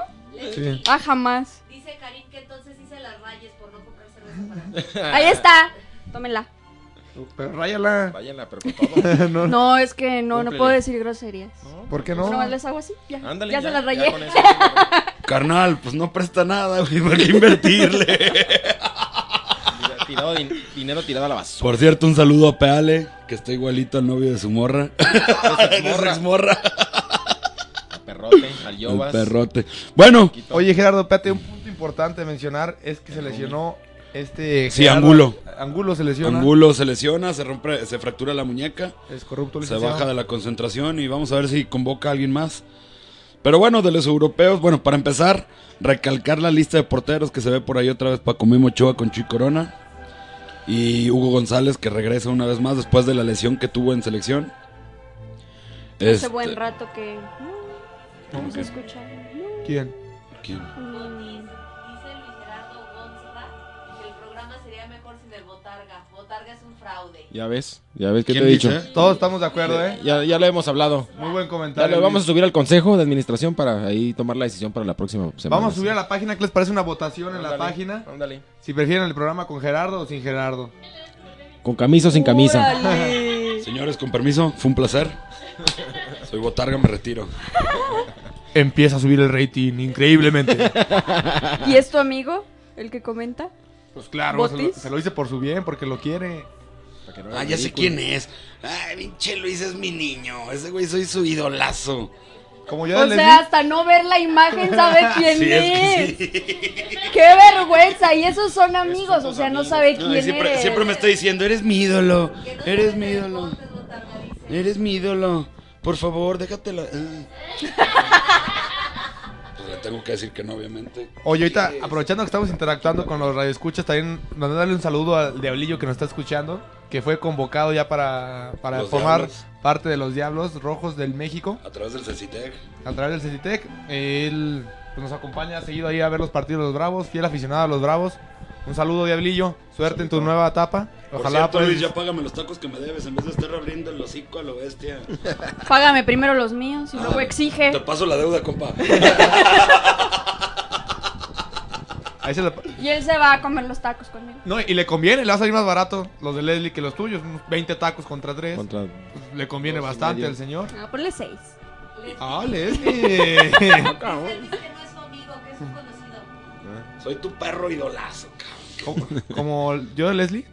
S1: Sí.
S3: Ah, jamás.
S8: Dice Karim que entonces hice las rayes por no comprar cerveza para mí.
S3: Ahí está. Tómela.
S1: Pero ráyala.
S4: Váyanla, pero con todo.
S1: [LAUGHS]
S3: [LAUGHS]
S1: no,
S3: No, es que no, no
S4: Cúmplele.
S3: puedo decir groserías.
S1: ¿Por qué
S3: No,
S1: no?
S3: les hago así. Ya,
S4: Ándale,
S3: ya, se las rayé.
S4: ya
S3: [LAUGHS]
S4: con eso, ya con
S2: Carnal, pues no presta nada, güey, ¿por qué
S1: [LAUGHS]
S2: invertirle?
S4: eso. [LAUGHS] Tirado din- dinero tirado a la
S2: [LAUGHS]
S4: basura.
S2: Por cierto, un saludo a Peale, que está igualito al novio de su
S1: [LAUGHS]
S2: morra. De su exmorra.
S4: Al perrote, al
S2: El
S4: Yobas.
S2: perrote. Bueno,
S1: Oye, Gerardo, espérate, un punto importante de mencionar es que se lesionó este.
S2: Sí,
S1: Gerardo-
S2: Angulo.
S1: Angulo se lesiona.
S2: Angulo se lesiona, se rompe, se fractura la muñeca.
S1: Es corrupto
S2: Se
S1: licenciado.
S2: baja de la concentración y vamos a ver si convoca a alguien más. Pero bueno, de los europeos, bueno, para empezar, recalcar la lista de porteros que se ve por ahí otra vez Paco Memo Ochoa con Chuy Corona y Hugo González que regresa una vez más después de la lesión que tuvo en selección.
S3: Hace
S2: Este-
S3: buen rato que. Vamos a escuchar.
S1: ¿Quién?
S2: ¿quién?
S3: Mm,
S8: Dice Luis Gerardo Gonza que el programa sería mejor sin el Botarga. Botarga es un fraude.
S4: Ya ves, ya ves que te
S2: ¿Quién
S4: he dicho.
S2: dice?
S1: Todos estamos de acuerdo, ¿eh?
S4: Ya, ya lo hemos hablado.
S1: Muy buen
S4: Ya
S1: comentario.
S4: lo vamos a
S1: Luis.
S4: subir al consejo de administración para ahí tomar la decisión para la próxima semana.
S1: Vamos a subir a la página. ¿Qué les parece una votación en la página?
S4: Ándale.
S1: Si prefieren el programa con Gerardo o sin Gerardo.
S4: Con camisa o sin camisa.
S3: órale.
S2: Señores, con permiso, fue un placer. Soy Botarga, me retiro.
S1: Empieza a subir el rating increíblemente.
S2: [LAUGHS]
S1: Ah.
S3: ¿Y es tu amigo el que comenta?
S1: Pues claro, se lo,
S3: ¿Botis?
S1: se lo hice por su bien, porque lo quiere.
S4: Para que no
S2: Ah,
S4: haga
S2: ya sé
S4: ridículo.
S2: quién es. Ay, pinche Luis es mi niño. Ese güey soy su idolazo.
S1: Como yo
S3: O
S1: le
S3: sea, hasta no ver la imagen
S1: [LAUGHS]
S3: sabe quién
S2: [LAUGHS] Sí,
S3: es.
S2: es que sí.
S3: ¡Qué vergüenza! Y esos son amigos, o sea, no sabe quién
S2: Ay, siempre,
S3: eres.
S2: siempre me está diciendo, eres mi ídolo,
S8: Que no
S2: eres
S8: se
S2: mi
S8: mete en
S2: ídolo,
S3: Pues
S8: deportes, Botarga, dice.
S2: eres mi ídolo, por favor, déjatela. Pues le tengo que decir que no, obviamente.
S1: [LAUGHS] Oye, ahorita, aprovechando que estamos interactuando con los radioescuchas, también mandarle un saludo al Diablillo que nos está escuchando, que fue convocado ya para, para
S2: Los
S1: formar
S2: Diablos.
S1: parte de los Diablos Rojos del México
S2: A través del Cecitec.
S1: a través del Citec. Él pues, nos acompaña seguido ahí a ver los partidos de los Bravos, fiel aficionado a los Bravos. Un saludo, Diablillo. Suerte en tu nueva etapa.
S2: Por cierto,
S1: Ojalá pues, puedas-
S2: Luis, ya págame los tacos que me debes en vez de estar abriendo el hocico a lo bestia.
S3: [LAUGHS] Págame primero los
S2: Ah,
S3: míos y [LAUGHS] luego exige.
S2: Te paso la deuda, compa.
S1: Ahí se la... pa-
S3: Y él se va a comer los tacos conmigo.
S1: No, y le conviene, le va a salir más barato los de Leslie que los tuyos. Unos 20 tacos contra 3.
S4: Contra-
S1: Le conviene
S4: Dos y
S1: bastante
S4: medio.
S1: al señor.
S3: No, ponle seis.
S1: Ah, Leslie.
S8: Usted dice que no es su amigo, que es un conocido.
S2: Soy tu perro idolazo, cabrón.
S1: como, como yo de Leslie.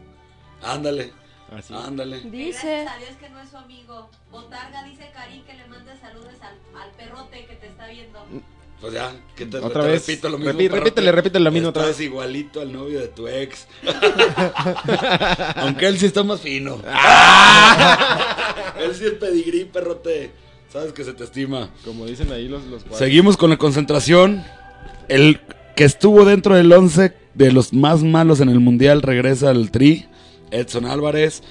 S2: Ándale,
S4: Así.
S2: ándale. [LAUGHS]
S3: Dice.
S8: Gracias a Dios que no es su amigo. Botarga dice Karim que le mande saludos al, al perrote que te está viendo.
S2: Pues ya, que te,
S4: Otra
S2: te
S4: vez.
S2: repito lo mismo.
S4: Repi-
S2: perro,
S4: repítele,
S2: que
S4: repítele lo mismo otra
S2: Estás igualito al novio de
S4: [LAUGHS]
S2: tu ex. Aunque él sí está más fino.
S4: Ah.
S2: él sí es pedigrí, perrote. Sabes que se te estima.
S4: Como dicen ahí los, los cuadros.
S2: Seguimos con la concentración. El que estuvo dentro del 11 de los más malos en el mundial regresa al tri, Edson Álvarez.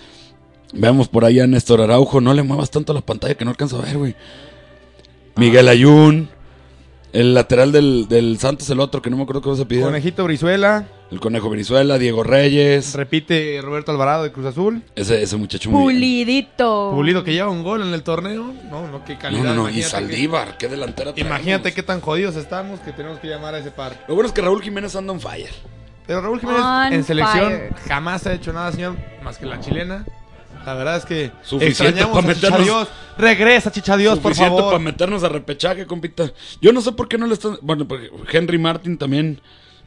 S2: Veamos por allá a Néstor Araujo. No le muevas tanto la pantalla que no alcanzo a ver, güey. Miguel
S4: Ah.
S2: Ayun. El lateral del, del Santos, el otro que no me acuerdo cómo se pidió.
S1: Conejito Brizuela.
S2: El Conejo Venezuela, Diego Reyes.
S1: Repite Roberto Alvarado de Cruz Azul.
S2: Ese, ese muchacho muy bien.
S3: Pulidito.
S1: Pulido que lleva un gol en el torneo. No, no, qué calidad.
S2: No, no, no. Y
S1: imagínate que-
S2: Saldívar, qué delantera traemos.
S1: Imagínate qué tan jodidos estamos que tenemos que llamar a ese par.
S2: Lo bueno es que Raúl Jiménez anda on fire.
S1: Pero Raúl Jiménez
S3: On
S1: en selección
S3: fire.
S1: jamás ha hecho nada, señor, más que la chilena. La verdad es que
S2: Suficiente
S1: Ah, extrañamos
S2: para
S1: a Chicha
S2: meternos-
S1: Dios. Regresa, Chicha Dios, por
S2: Suficiente
S1: favor.
S2: para meternos a repechaje, compita. Yo no sé por qué no le están. Bueno, porque Henry Martin también.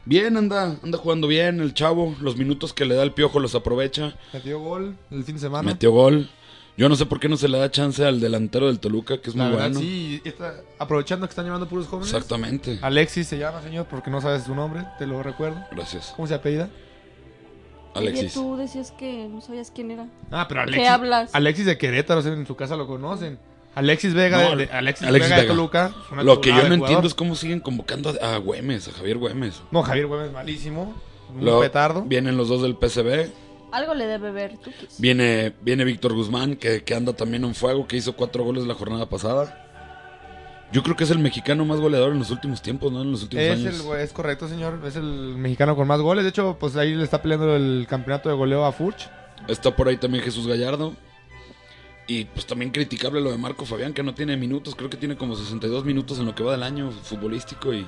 S2: Bien, anda, anda jugando bien el chavo. Los minutos que le da el piojo los aprovecha.
S1: Metió gol el fin de semana.
S2: Metió gol. Yo no sé por qué no se le da chance al delantero del Toluca, que es
S1: la
S2: muy
S1: verdad,
S2: bueno.
S1: sí. y está- aprovechando que están llevando puros jóvenes.
S2: Exactamente.
S1: Alexis se llama, señor, porque no sabes su nombre, te lo recuerdo.
S2: Gracias.
S1: ¿Cómo se apellida?
S3: Oye,
S2: Alexis.
S3: tú decías que no sabías quién era.
S1: Ah, pero Alexis.
S3: ¿Qué hablas?
S1: Alexis de Querétaro, o sea, en su casa lo conocen. Alexis Vega,
S2: No,
S1: de, de- Alexis
S2: Alexis
S1: Vega de
S2: Vega.
S1: Toluca. es una
S2: Lo que
S1: chulada
S2: yo no
S1: de
S2: entiendo
S1: jugador.
S2: es cómo siguen convocando a, a Güemes, a Javier Güemes.
S1: No, Javier Güemes malísimo. Un
S2: Luego
S1: petardo.
S2: Vienen los dos del PCB.
S3: Algo le debe ver, tú qué sé.
S2: Viene, viene Víctor Guzmán, que, que anda también en fuego, que hizo cuatro goles la jornada pasada. Yo creo que es el mexicano más goleador en los últimos tiempos, ¿no? En los últimos
S1: Es,
S2: años.
S1: el, güey- es correcto, señor. Es el mexicano con más goles. De hecho, pues ahí le está peleando el campeonato de goleo a Furch.
S2: Está por ahí también Jesús Gallardo. Y pues también criticable lo de Marco Fabián, que no tiene minutos. Creo que tiene como 62 minutos en lo que va del año futbolístico. Y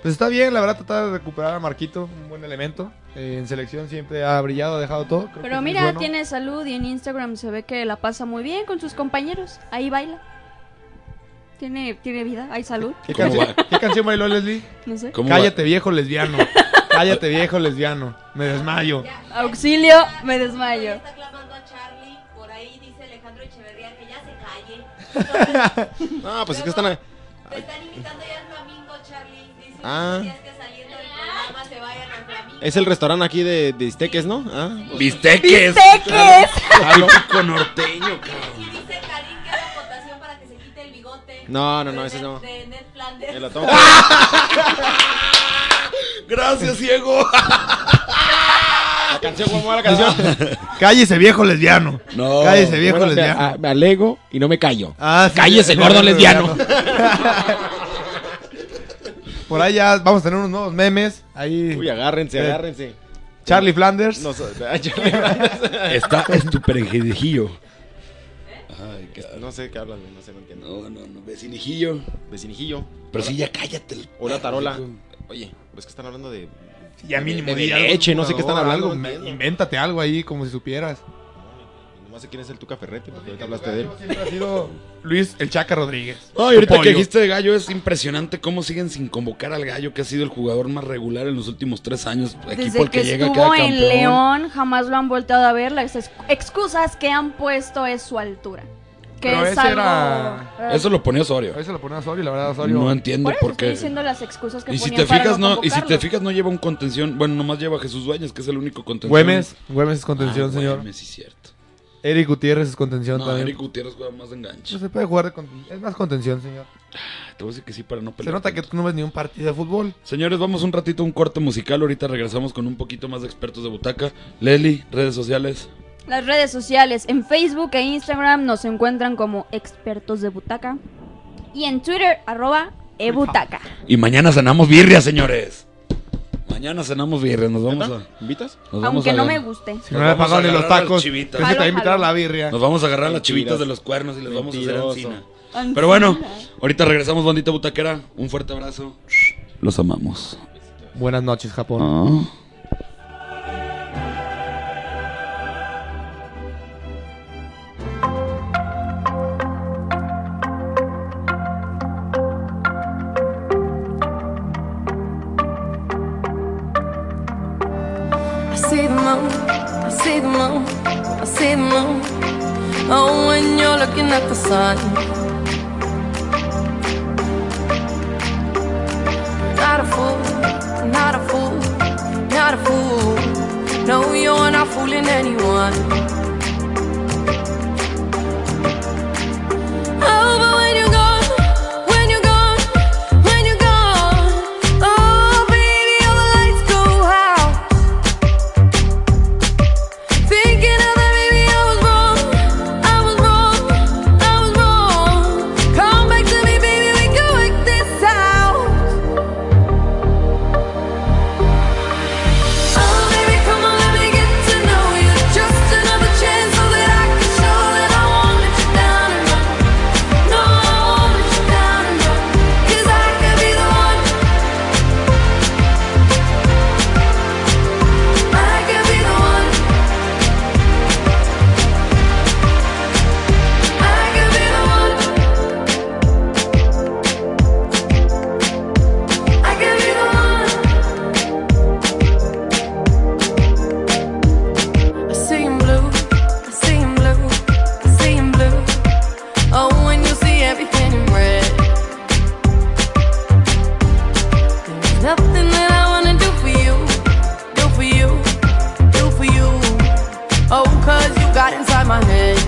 S1: Pues está bien, la verdad, tratar de recuperar a Marquito. Un buen elemento. Eh, en selección siempre ha brillado, ha dejado todo. Creo que
S3: Pero
S1: es muy
S3: mira,
S1: bueno.
S3: tiene salud y en Instagram se ve que la pasa muy bien con sus compañeros. Ahí baila. Tiene, tiene vida, hay salud,
S1: ¿Qué
S2: ¿Cómo
S1: canción,
S2: va?
S1: ¿Qué canción bailó Leslie?
S3: no sé.
S2: ¿cómo va?
S1: Cállate, viejo lesbiano. Cállate, viejo lesbiano. Me desmayo.
S3: Auxilio, me
S8: Ahí
S3: desmayo.
S8: está clamando a Charlie. Por ahí dice Alejandro Echeverría que ya se calle.
S4: No, pues es que están. a-
S8: Te están invitando ya al flamingo, Charlie. Dice
S4: Ah.
S8: que tienes que saliendo del programa se vayan al flamingo.
S4: Es el restaurante aquí de, de Isteques, ¿no? Ah, pues,
S2: ¡Bisteques!
S3: ¡Sé que es!
S2: Típico norteño,
S8: Y
S2: cabrón.
S8: dice Karim que es la votación para que se quite el bigote.
S4: No, no, no,
S8: de
S4: ese
S8: Ned-
S4: no.
S8: De Ned Flanders.
S4: me la tomo.
S2: [LAUGHS]
S4: [LAUGHS]
S2: Gracias, ciego.
S4: La canción, ¿cómo va la canción?
S1: Cállese, viejo lesbiano.
S2: No.
S1: Cállese, viejo
S4: Bueno, me,
S1: lesbiano.
S4: a- me alego y no me callo.
S1: Ah,
S4: [LAUGHS]
S1: sí,
S4: Cállese,
S1: sí,
S4: gordo
S1: sí,
S4: lesbiano.
S1: [LAUGHS] Por ahí ya vamos a tener unos nuevos memes. Ahí
S4: Uy, agárrense,
S1: Eh,
S4: agárrense.
S1: Charlie Flanders.
S4: No, so- [LAUGHS] ay, Charlie,
S2: Está estuperenjejillo. Ay, qué
S4: no sé qué hablan, güey, no sé, no entiendo.
S2: No, no, no, vecinijillo.
S4: Vecinijillo.
S2: Pero sí, ya cállate. el-
S4: O la tarola. Oye, pues que están hablando de.
S1: Ya mínimo
S4: de, de
S1: di algo,
S4: leche, no sé qué están
S1: algo,
S4: hablando.
S1: me-
S4: no entiendo.
S1: invéntate algo ahí como si supieras.
S4: No sé quién es el Tuca Ferrete, porque ahorita hablaste de él.
S1: Siempre ha sido Luis el Chaca Rodríguez.
S2: No, y ahorita
S1: Pollo.
S2: que dijiste de Gallo, es impresionante cómo siguen sin convocar al Gallo, que ha sido el jugador más regular en los últimos tres años. Equipo
S3: Desde
S2: al
S3: que
S2: que, llega
S3: estuvo
S2: queda
S3: en
S2: campeón.
S3: León, jamás lo han volteado a ver. Las ex- excusas que han puesto es su altura. Que
S1: Pero
S3: es
S1: ese
S3: algo. eh,
S1: era-
S2: Eso lo ponía
S1: A
S2: Osorio.
S1: veces lo ponen a Osorio, la verdad, Osorio.
S2: No entiendo
S3: Por eso
S2: por
S3: estoy
S2: qué.
S3: diciendo las excusas que
S2: Y si
S3: ponían
S2: te
S3: para
S2: fijas, no, y si te
S3: convocarlos.
S2: fijas, no lleva un contención. Bueno, nomás lleva a Jesús Dueñas, que es el único contención.
S1: Güemes, Güemes es
S2: Ah,
S1: contención, señor.
S2: Güemes, sí, cierto.
S1: Eric Gutiérrez es contención
S2: No,
S1: también.
S2: Eric Gutiérrez juega más de enganche.
S1: No se puede jugar de contención. Es más contención, señor.
S2: Te voy a decir que sí para no
S1: Se
S2: pelear.
S1: nota que tú no ves ni un partido de fútbol.
S2: Señores, vamos un ratito a un corte musical. Ahorita regresamos con un poquito más de expertos de butaca. Leli, redes sociales.
S3: Las redes sociales, en Facebook e Instagram nos encuentran como expertos de butaca. Y en Twitter, arroba ebutaca.
S2: Y mañana cenamos birria, señores. Mañana cenamos birria. Nos vamos a.
S4: ¿Invitas?
S2: nos
S8: Ah,
S2: vamos
S3: Aunque
S2: a
S3: no
S2: ver.
S3: me guste.
S1: Si no
S2: Nos
S1: le
S2: vamos
S1: pagan
S2: a
S1: ni los
S2: agarrar las
S1: tacos. Pensé que
S2: chivitas.
S1: te iba a
S3: Jalo,
S1: invitar a
S3: jalo.
S1: la birria.
S2: Nos vamos a agarrar las
S4: Mentiroso.
S2: chivitas de los cuernos y les vamos a hacer
S4: Mentiroso.
S2: encina. Pero bueno, ahorita regresamos, bandita butaquera. Un fuerte abrazo. Los amamos.
S1: Buenas noches, Japón.
S2: Ah.
S9: I see the moon, I see the moon, I see the moon. Oh, when you're looking at the sun. Not a fool, not a fool, not a fool. No, you're not fooling anyone. Oh, but when you're gone, when you're gone, when you're gone, oh, baby, all the lights go out. Thinking of that baby, I was wrong. I was wrong. I was wrong. Come back to me, baby. We can work this out. Oh, baby, come on, let me get to know you. Just another chance so that I can show that I won't let you down and run. No, I won't let you down and run. 'Cause I could be the one. I could be the one. I could be the one. I could be the one. I see him blue. I see him blue. I see him blue. Oh, when you see everything in red. There's nothing that I wanna do for you, do for you, do for you. Oh, 'cause you got inside my head.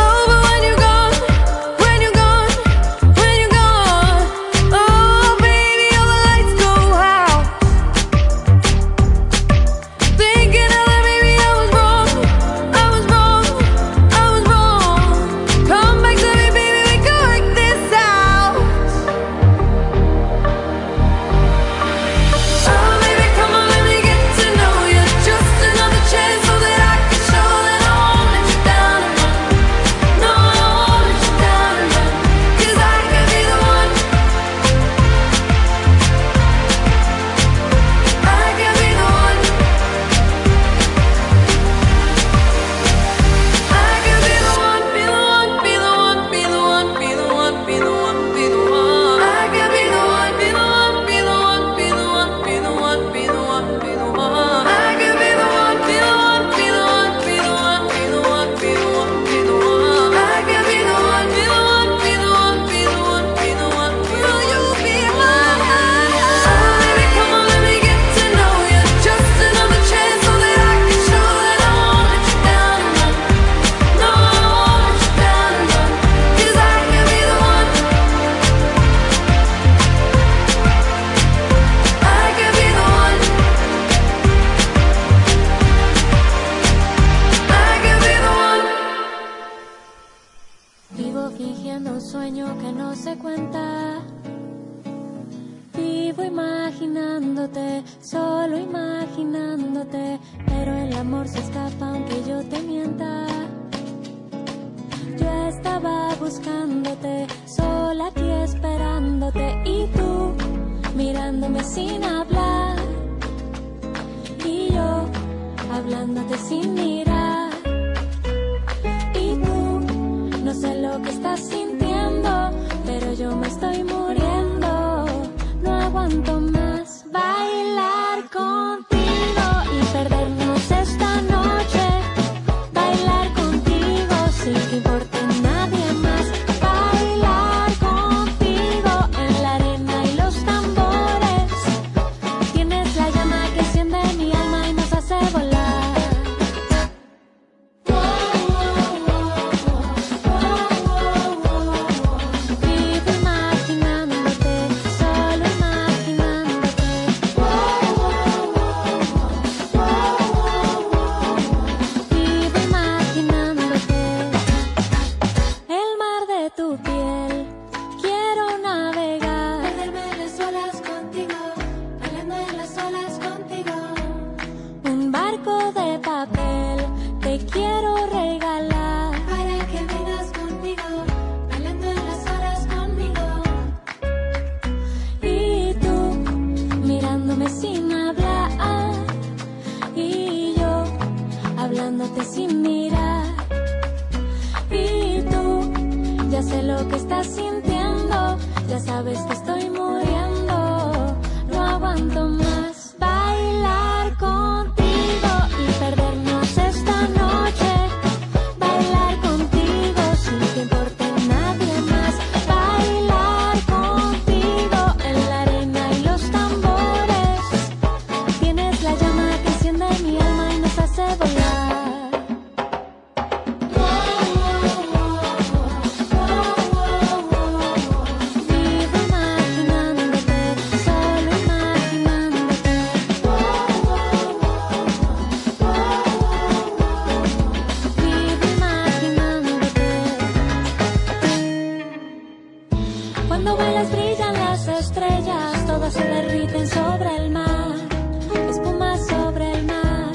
S9: Oh, but when you're gone, when you're gone, when you're gone, oh baby, all the lights go out. Thinking of that baby, I was wrong, I was wrong, I was wrong. Come back to me, baby, we can work this out. Oh baby, come on, let me get to know you. Just another chance so that I can show that I won't let you down and run. No, I won't let you down and run. 'Cause I could be the one. I could be the one. I could be the one, be the one, be the one, be the one, be the one, be the one, be the one. I could be the one, be the one, be the one, be the one, be the one, be the one, be the one. I could be the one, be the one, be the one, be the one, be the one, be the one, be the one. I could be the one, be the one, be the one, be the one, be the one. Will you be mine? Oh baby, come on, let me get to know you. Just another chance so that I can show that I won't let you down and run. No, I won't let you down and run. 'Cause I could be the one. I could be the one. I could be the one.
S10: Vivo fingiendo un sueño que no se cuenta. Vivo imaginándote, solo imaginándote, pero el amor se escapa aunque yo te mienta. Yo estaba buscándote, sola aquí esperándote y tú mirándome sin hablar y yo hablándote sin mirar y tú no sé lo que estás sintiendo, pero yo me estoy muriendo. No aguanto más bailar contigo y perdernos esta noche. Bailar contigo sin que importe nadie más. Bailar contigo en la arena y los tambores. Tienes la llama que enciende mi alma y nos hace volar. Vivo imaginándote, solo imaginándote, mirándote sin mirar. Y tú, ya sé lo que estás sintiendo, ya sabes que estoy muriendo. No aguanto más bailar contigo y perdernos esta noche. Bailar contigo sin que importe nadie más. Bailar contigo en la arena y los tambores. Tienes la llama que enciende mi alma y nos hace volar. Vivo imaginándote, solo imaginándote. Vivo imaginándote. Cuando bailas brillan las estrellas, todas se derriten sobre el mar. Espuma sobre el mar.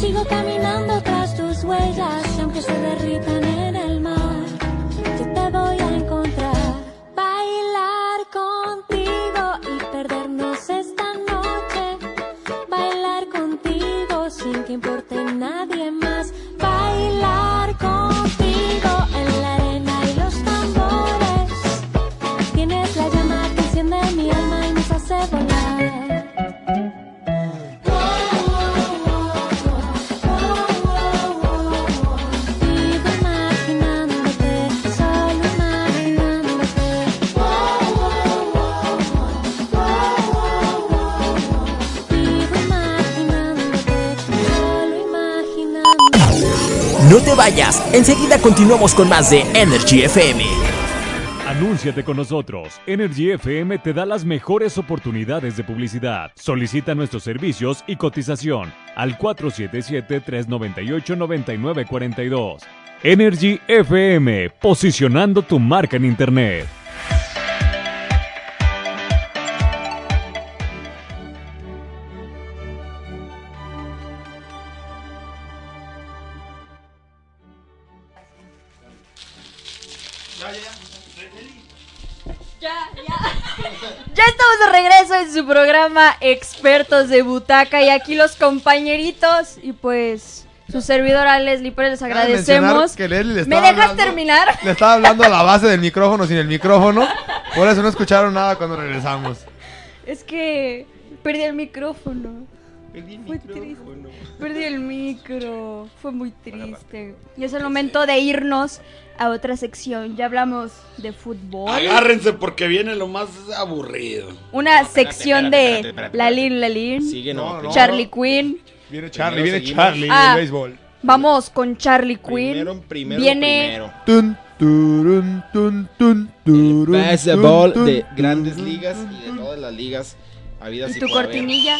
S10: Sigo caminando tras tus huellas y aunque se derritan en el mar, yo te voy a encontrar. Bailar contigo y perdernos esta noche. Bailar contigo sin que importe nadie más. Bailar contigo en la arena y los tambores. Tienes la llama que enciende mi alma y nos hace volar. Vivo imaginándote, solo imaginándote. Vivo imaginándote, solo imaginándote.
S6: No te vayas, enseguida continuamos con más de Energy FM.
S7: Anúnciate con nosotros. Energy FM te da las mejores oportunidades de publicidad. Solicita nuestros servicios y cotización al 477-398-9942. Energy FM, posicionando tu marca en Internet.
S3: Ya, ya. Ya estamos de regreso en su programa Expertos de Butaca y aquí los compañeritos y pues su servidora Leslie Pérez les
S1: Cabe mencionar
S3: agradecemos.
S1: que Leslie le
S3: ¿Me
S1: estaba
S3: dejas
S1: hablando-
S3: terminar? [LAUGHS]
S1: Le estaba hablando a la base del micrófono sin el micrófono. Por eso no escucharon nada cuando regresamos.
S3: Es que perdí el micrófono. Perdí el micrófono. Perdí el micro. Fue muy triste. Y es el momento de irnos a otra sección. Ya hablamos de fútbol.
S2: Agárrense porque viene lo más aburrido.
S3: Una
S2: espérate,
S3: sección
S2: espérate,
S3: de
S2: espérate, espérate,
S3: Lalín Lalín.
S2: Sigue, no, No, no,
S3: Charlie
S2: no.
S3: Quinn.
S1: Viene Charlie,
S4: Primero
S1: viene
S4: seguimos.
S1: Charlie del
S3: Ah.
S1: béisbol.
S3: Vamos con Charlie Quinn.
S4: Primero, primero,
S3: Viene
S1: Tun, turun, tun, tun, turun,
S4: Basketball
S1: tun,
S4: de
S1: tun,
S4: grandes
S1: tun,
S4: ligas
S1: tun,
S4: y de todas las ligas habidas
S3: ¿Y
S4: y
S3: tu
S4: por haber.
S3: cortinilla.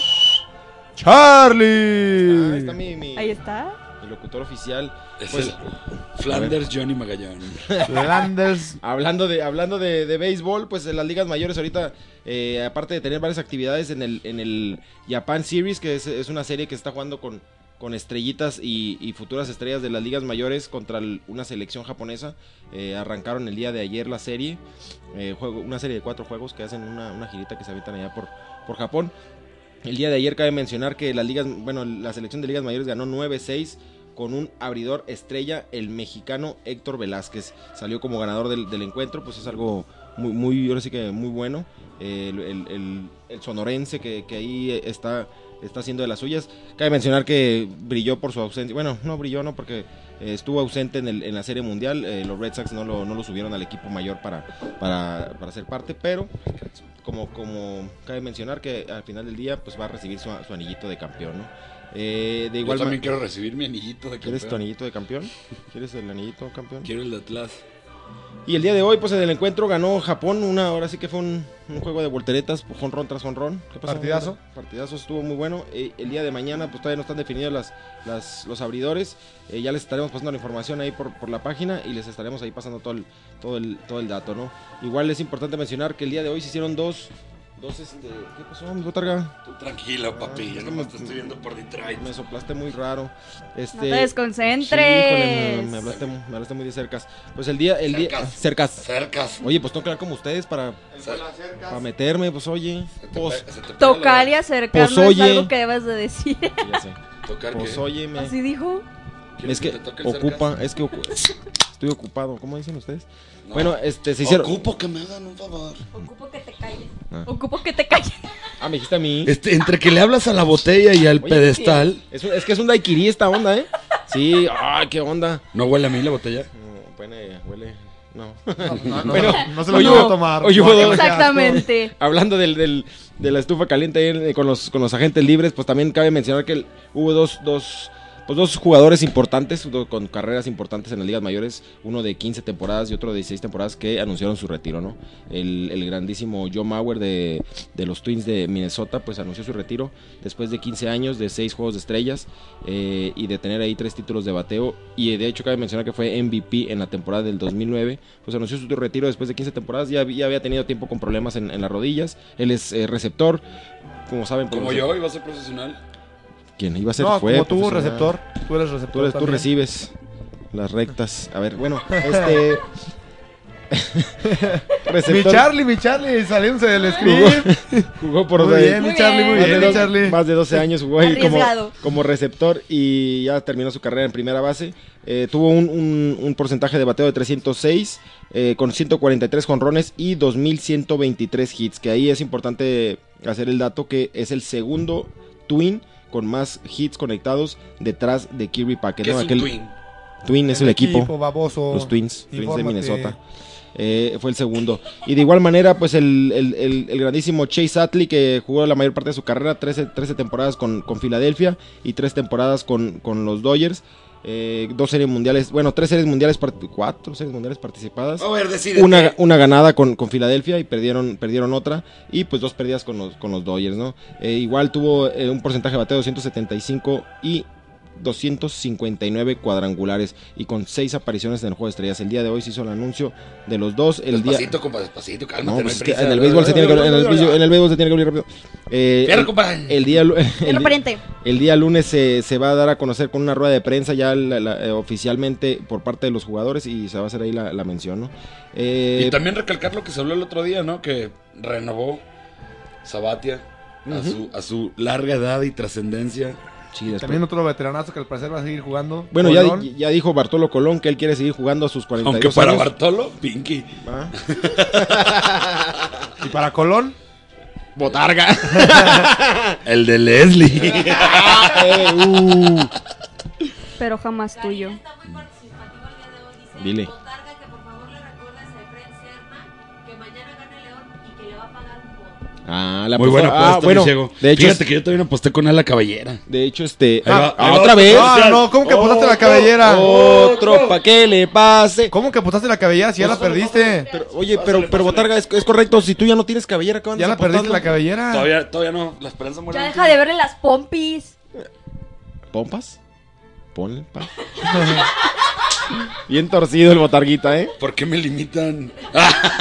S4: Ah, ahí
S1: Charlie.
S4: está mi, mi-
S3: Ahí está.
S4: mi locutor oficial.
S2: Es
S4: Pues,
S2: el Flanders Johnny Magallón.
S4: [LAUGHS]
S1: Landers.
S4: Hablando de, hablando de, de béisbol, pues en las ligas mayores ahorita, eh, aparte de tener varias actividades en el, en el Japan Series, que es, es una serie que está jugando con, con estrellitas y, y futuras estrellas de las ligas mayores contra el- una selección japonesa, eh, arrancaron el día de ayer la serie, eh, juego, una serie de cuatro juegos que hacen una, una girita que se avientan allá por, por Japón. El día de ayer cabe mencionar que las ligas, bueno, la selección de ligas mayores ganó 9-6 con un abridor estrella, el mexicano Héctor Velázquez. Salió como ganador del, del encuentro, pues es algo muy, muy, ahora sí que muy bueno. Eh, el, el- el- el sonorense que, que ahí está, está haciendo de las suyas. Cabe mencionar que brilló por su ausencia. Bueno, no brilló, no, porque eh, estuvo ausente en, el- en la Serie Mundial. Eh, los Red Sox no lo, no lo subieron al equipo mayor para, para, para ser parte, pero como, como cabe mencionar que al final del día pues va a recibir su, su anillito de campeón, ¿no? Eh, de igual
S2: Yo también
S4: ma-
S2: quiero recibir mi anillito de
S4: ¿Quieres tu
S2: campeón.
S4: anillito de campeón? ¿Quieres el anillito campeón?
S2: Quiero el de Atlas.
S4: Y el día de hoy, pues en el encuentro ganó Japón. Una, ahora sí que fue un, un juego de volteretas, jonrón tras jonrón. ¿Qué pasó?
S1: Partidazo.
S4: Partidazo estuvo muy bueno. Eh, el día de mañana, pues todavía no están definidos las, las- los abridores. Eh, ya les estaremos pasando la información ahí por, por la página y les estaremos ahí pasando todo el, todo el, todo el dato, ¿no? Igual es importante mencionar que el día de hoy se hicieron dos. Dos, este. ¿Qué pasó, mi botarga?
S2: Tú tranquilo, papi. Yo
S4: Ah,
S2: nomás te estoy viendo por Detroit.
S4: Me soplaste muy raro.
S3: No
S4: Este,
S3: te
S4: sí, híjole,
S3: desconcentres.
S4: me, me hablaste, me hablaste muy de cercas. Pues el día. El día
S2: Cercas.
S4: cercas.
S2: Cercas.
S4: Oye, pues tengo que hablar como ustedes para, para meterme, pues oye.
S2: Se te
S4: Pues,
S2: pe- se te pega la-
S3: Tocar y acercar
S4: Pues,
S3: no es
S4: oye.
S3: algo que debas de decir.
S4: ya sé.
S2: ¿Tocar
S4: Pues
S2: qué?
S3: [LAUGHS]
S4: óyeme.
S3: Así dijo.
S2: ¿Quieres
S4: Es que
S2: te toque el
S4: ocupa,
S2: sarcasmo?
S4: es que ocu- estoy ocupado, ¿cómo dicen ustedes?
S2: No.
S4: Bueno, este, se hicieron...
S2: Ocupo que me hagan un favor.
S8: Ocupo que te calles.
S4: Ah.
S3: Ocupo Pues que te calles.
S4: Ah, me dijiste a mí.
S2: Este, entre que le hablas a la botella y al
S4: Oye,
S2: pedestal.
S4: Es, un- es que es un daiquiri esta onda, ¿eh? Sí, ay, qué onda.
S2: ¿No huele a mí la botella?
S4: No, huele, huele, no.
S1: No, no,
S4: Bueno,
S1: no se lo
S4: oye,
S1: quiero tomar.
S4: oye,
S1: No,
S4: Rodolfo.
S3: Exactamente.
S4: Hablando del, del- de la estufa caliente ahí en- con, los, con los agentes libres, pues también cabe mencionar que el- hubo dos, dos, pues dos jugadores importantes, do- con carreras importantes en las ligas mayores, uno de 15 temporadas y otro de 16 temporadas que anunciaron su retiro, ¿no? El, el grandísimo Joe Mauer de, de los Twins de Minnesota, pues anunció su retiro después de 15 años, de 6 Juegos de Estrellas eh, y de tener ahí tres títulos de bateo. Y eh, de hecho cabe mencionar que fue MVP en la temporada del 2009. Pues anunció su retiro después de 15 temporadas. Ya, había- ya había tenido tiempo con problemas en, en las rodillas. Él es eh, receptor. Como saben, pues,
S2: Como
S4: no sé-
S2: yo, iba a ser profesional.
S4: ¿Quién iba a ser?
S1: No,
S4: Fue
S1: como tú,
S4: profesional.
S1: receptor. Tú eres receptor.
S4: Tú, eres- tú
S1: también.
S4: recibes las rectas. A ver,
S1: [LAUGHS]
S4: bueno, este... [LAUGHS]
S1: Mi
S4: receptor
S1: Charlie, mi Charlie, saliéndose del script.
S4: [LAUGHS] jugó por
S1: Muy
S4: de-
S1: bien, mi
S3: Muy
S1: Charlie, muy
S4: más, de
S1: bien, mi
S4: dos-
S1: Charlie.
S4: más de 12 años jugó ahí como,
S3: Arriesgado.
S4: como receptor y ya terminó su carrera en primera base. Eh, tuvo un, un- un porcentaje de bateo de 306 eh, con 143 jonrones y 2123 hits. Que ahí es importante hacer el dato que es el segundo twin con más hits conectados detrás de Kirby Packett.
S2: Que es
S4: ¿no?
S2: un
S4: Aquel
S2: twin.
S4: twin es el, equipo
S1: baboso.
S4: los Twins, Twins de
S1: Infórmate.
S4: Minnesota. Eh, fue el segundo. Y de igual manera, pues el, el- el- el grandísimo Chase Atley, que jugó la mayor parte de su carrera, 13, 13 temporadas con, con Filadelfia y 3 temporadas con, con los Dodgers. Eh, dos series mundiales, bueno, tres series mundiales, part- cuatro series mundiales participadas.
S2: A ver, decide.
S4: Una, una ganada con, con Filadelfia y perdieron, perdieron otra. Y pues dos pérdidas con los, con los Dodgers, ¿no? Eh, igual tuvo eh, un porcentaje de bateo de 275 y 259 cuadrangulares. Y con seis apariciones en el juego de estrellas. El día de hoy se hizo el anuncio de los dos. El día.
S2: Despacito, compa, despacito,
S4: No,
S2: cálmate.
S4: pues
S2: hay
S4: es que
S2: prisa.
S4: en el béisbol se tiene que en el, béisbol- en el béisbol se tiene que abrir rápido. Eh,
S2: Fierro,
S4: el-
S2: compa.
S4: el día, lu- el
S3: El
S4: día-
S3: frente.
S4: el día lunes se, se va a dar a conocer con una rueda de prensa ya la- la- eh, oficialmente por parte de los jugadores y se va a hacer ahí la, la mención, ¿no? Eh,
S2: Y también recalcar lo que se habló el otro día, ¿no? Que renovó Sabatia a, su, a su larga edad y trascendencia.
S4: sí, después-
S1: También otro veteranazo que al parecer va a seguir jugando.
S4: Bueno, ya,
S1: Colón.
S4: di- ya dijo Bartolo Colón que él quiere seguir jugando a sus 42
S2: Aunque para
S4: años.
S2: Bartolo, Pinky.
S4: Ah,
S1: [LAUGHS] Y para Colón,
S2: Botarga. [LAUGHS] el
S4: [LAUGHS]
S2: de Leslie.
S4: eh, uh.
S3: Pero jamás tuyo.
S8: Karina está muy participativo el día de hoy. Dice,
S4: Dile.
S8: Botarga, que por favor le recuerdes a Efraín Serna que mañana gana León y que le va a pagar un bono.
S4: Ah, la
S2: Muy
S4: apostó-
S2: buena apuesta,
S4: ah, bueno,
S2: mi ciego.
S4: de hecho,
S2: Fíjate que yo también aposté con él la cabellera.
S4: de hecho este
S2: Ahí va,
S4: ah,
S2: ahí va
S4: otra
S2: otro.
S4: vez
S1: Ah, no, ¿cómo que apostaste la cabellera?
S4: Otro pa que le pase. Pues,
S1: ¿cómo que apostaste la cabellera si ya la perdiste?
S4: Pero, oye, pero pero Botarga es, es correcto, si tú ya no tienes cabellera, ¿qué andas
S1: Ya la perdiste
S4: apostando?
S1: la cabellera.
S2: Todavía, todavía no, la esperanza muere.
S3: Ya deja de verle las pompis.
S4: ¿Pompas? Ponle pa. [LAUGHS] Bien torcido el botarguita, ¿eh?
S2: ¿Por qué me limitan?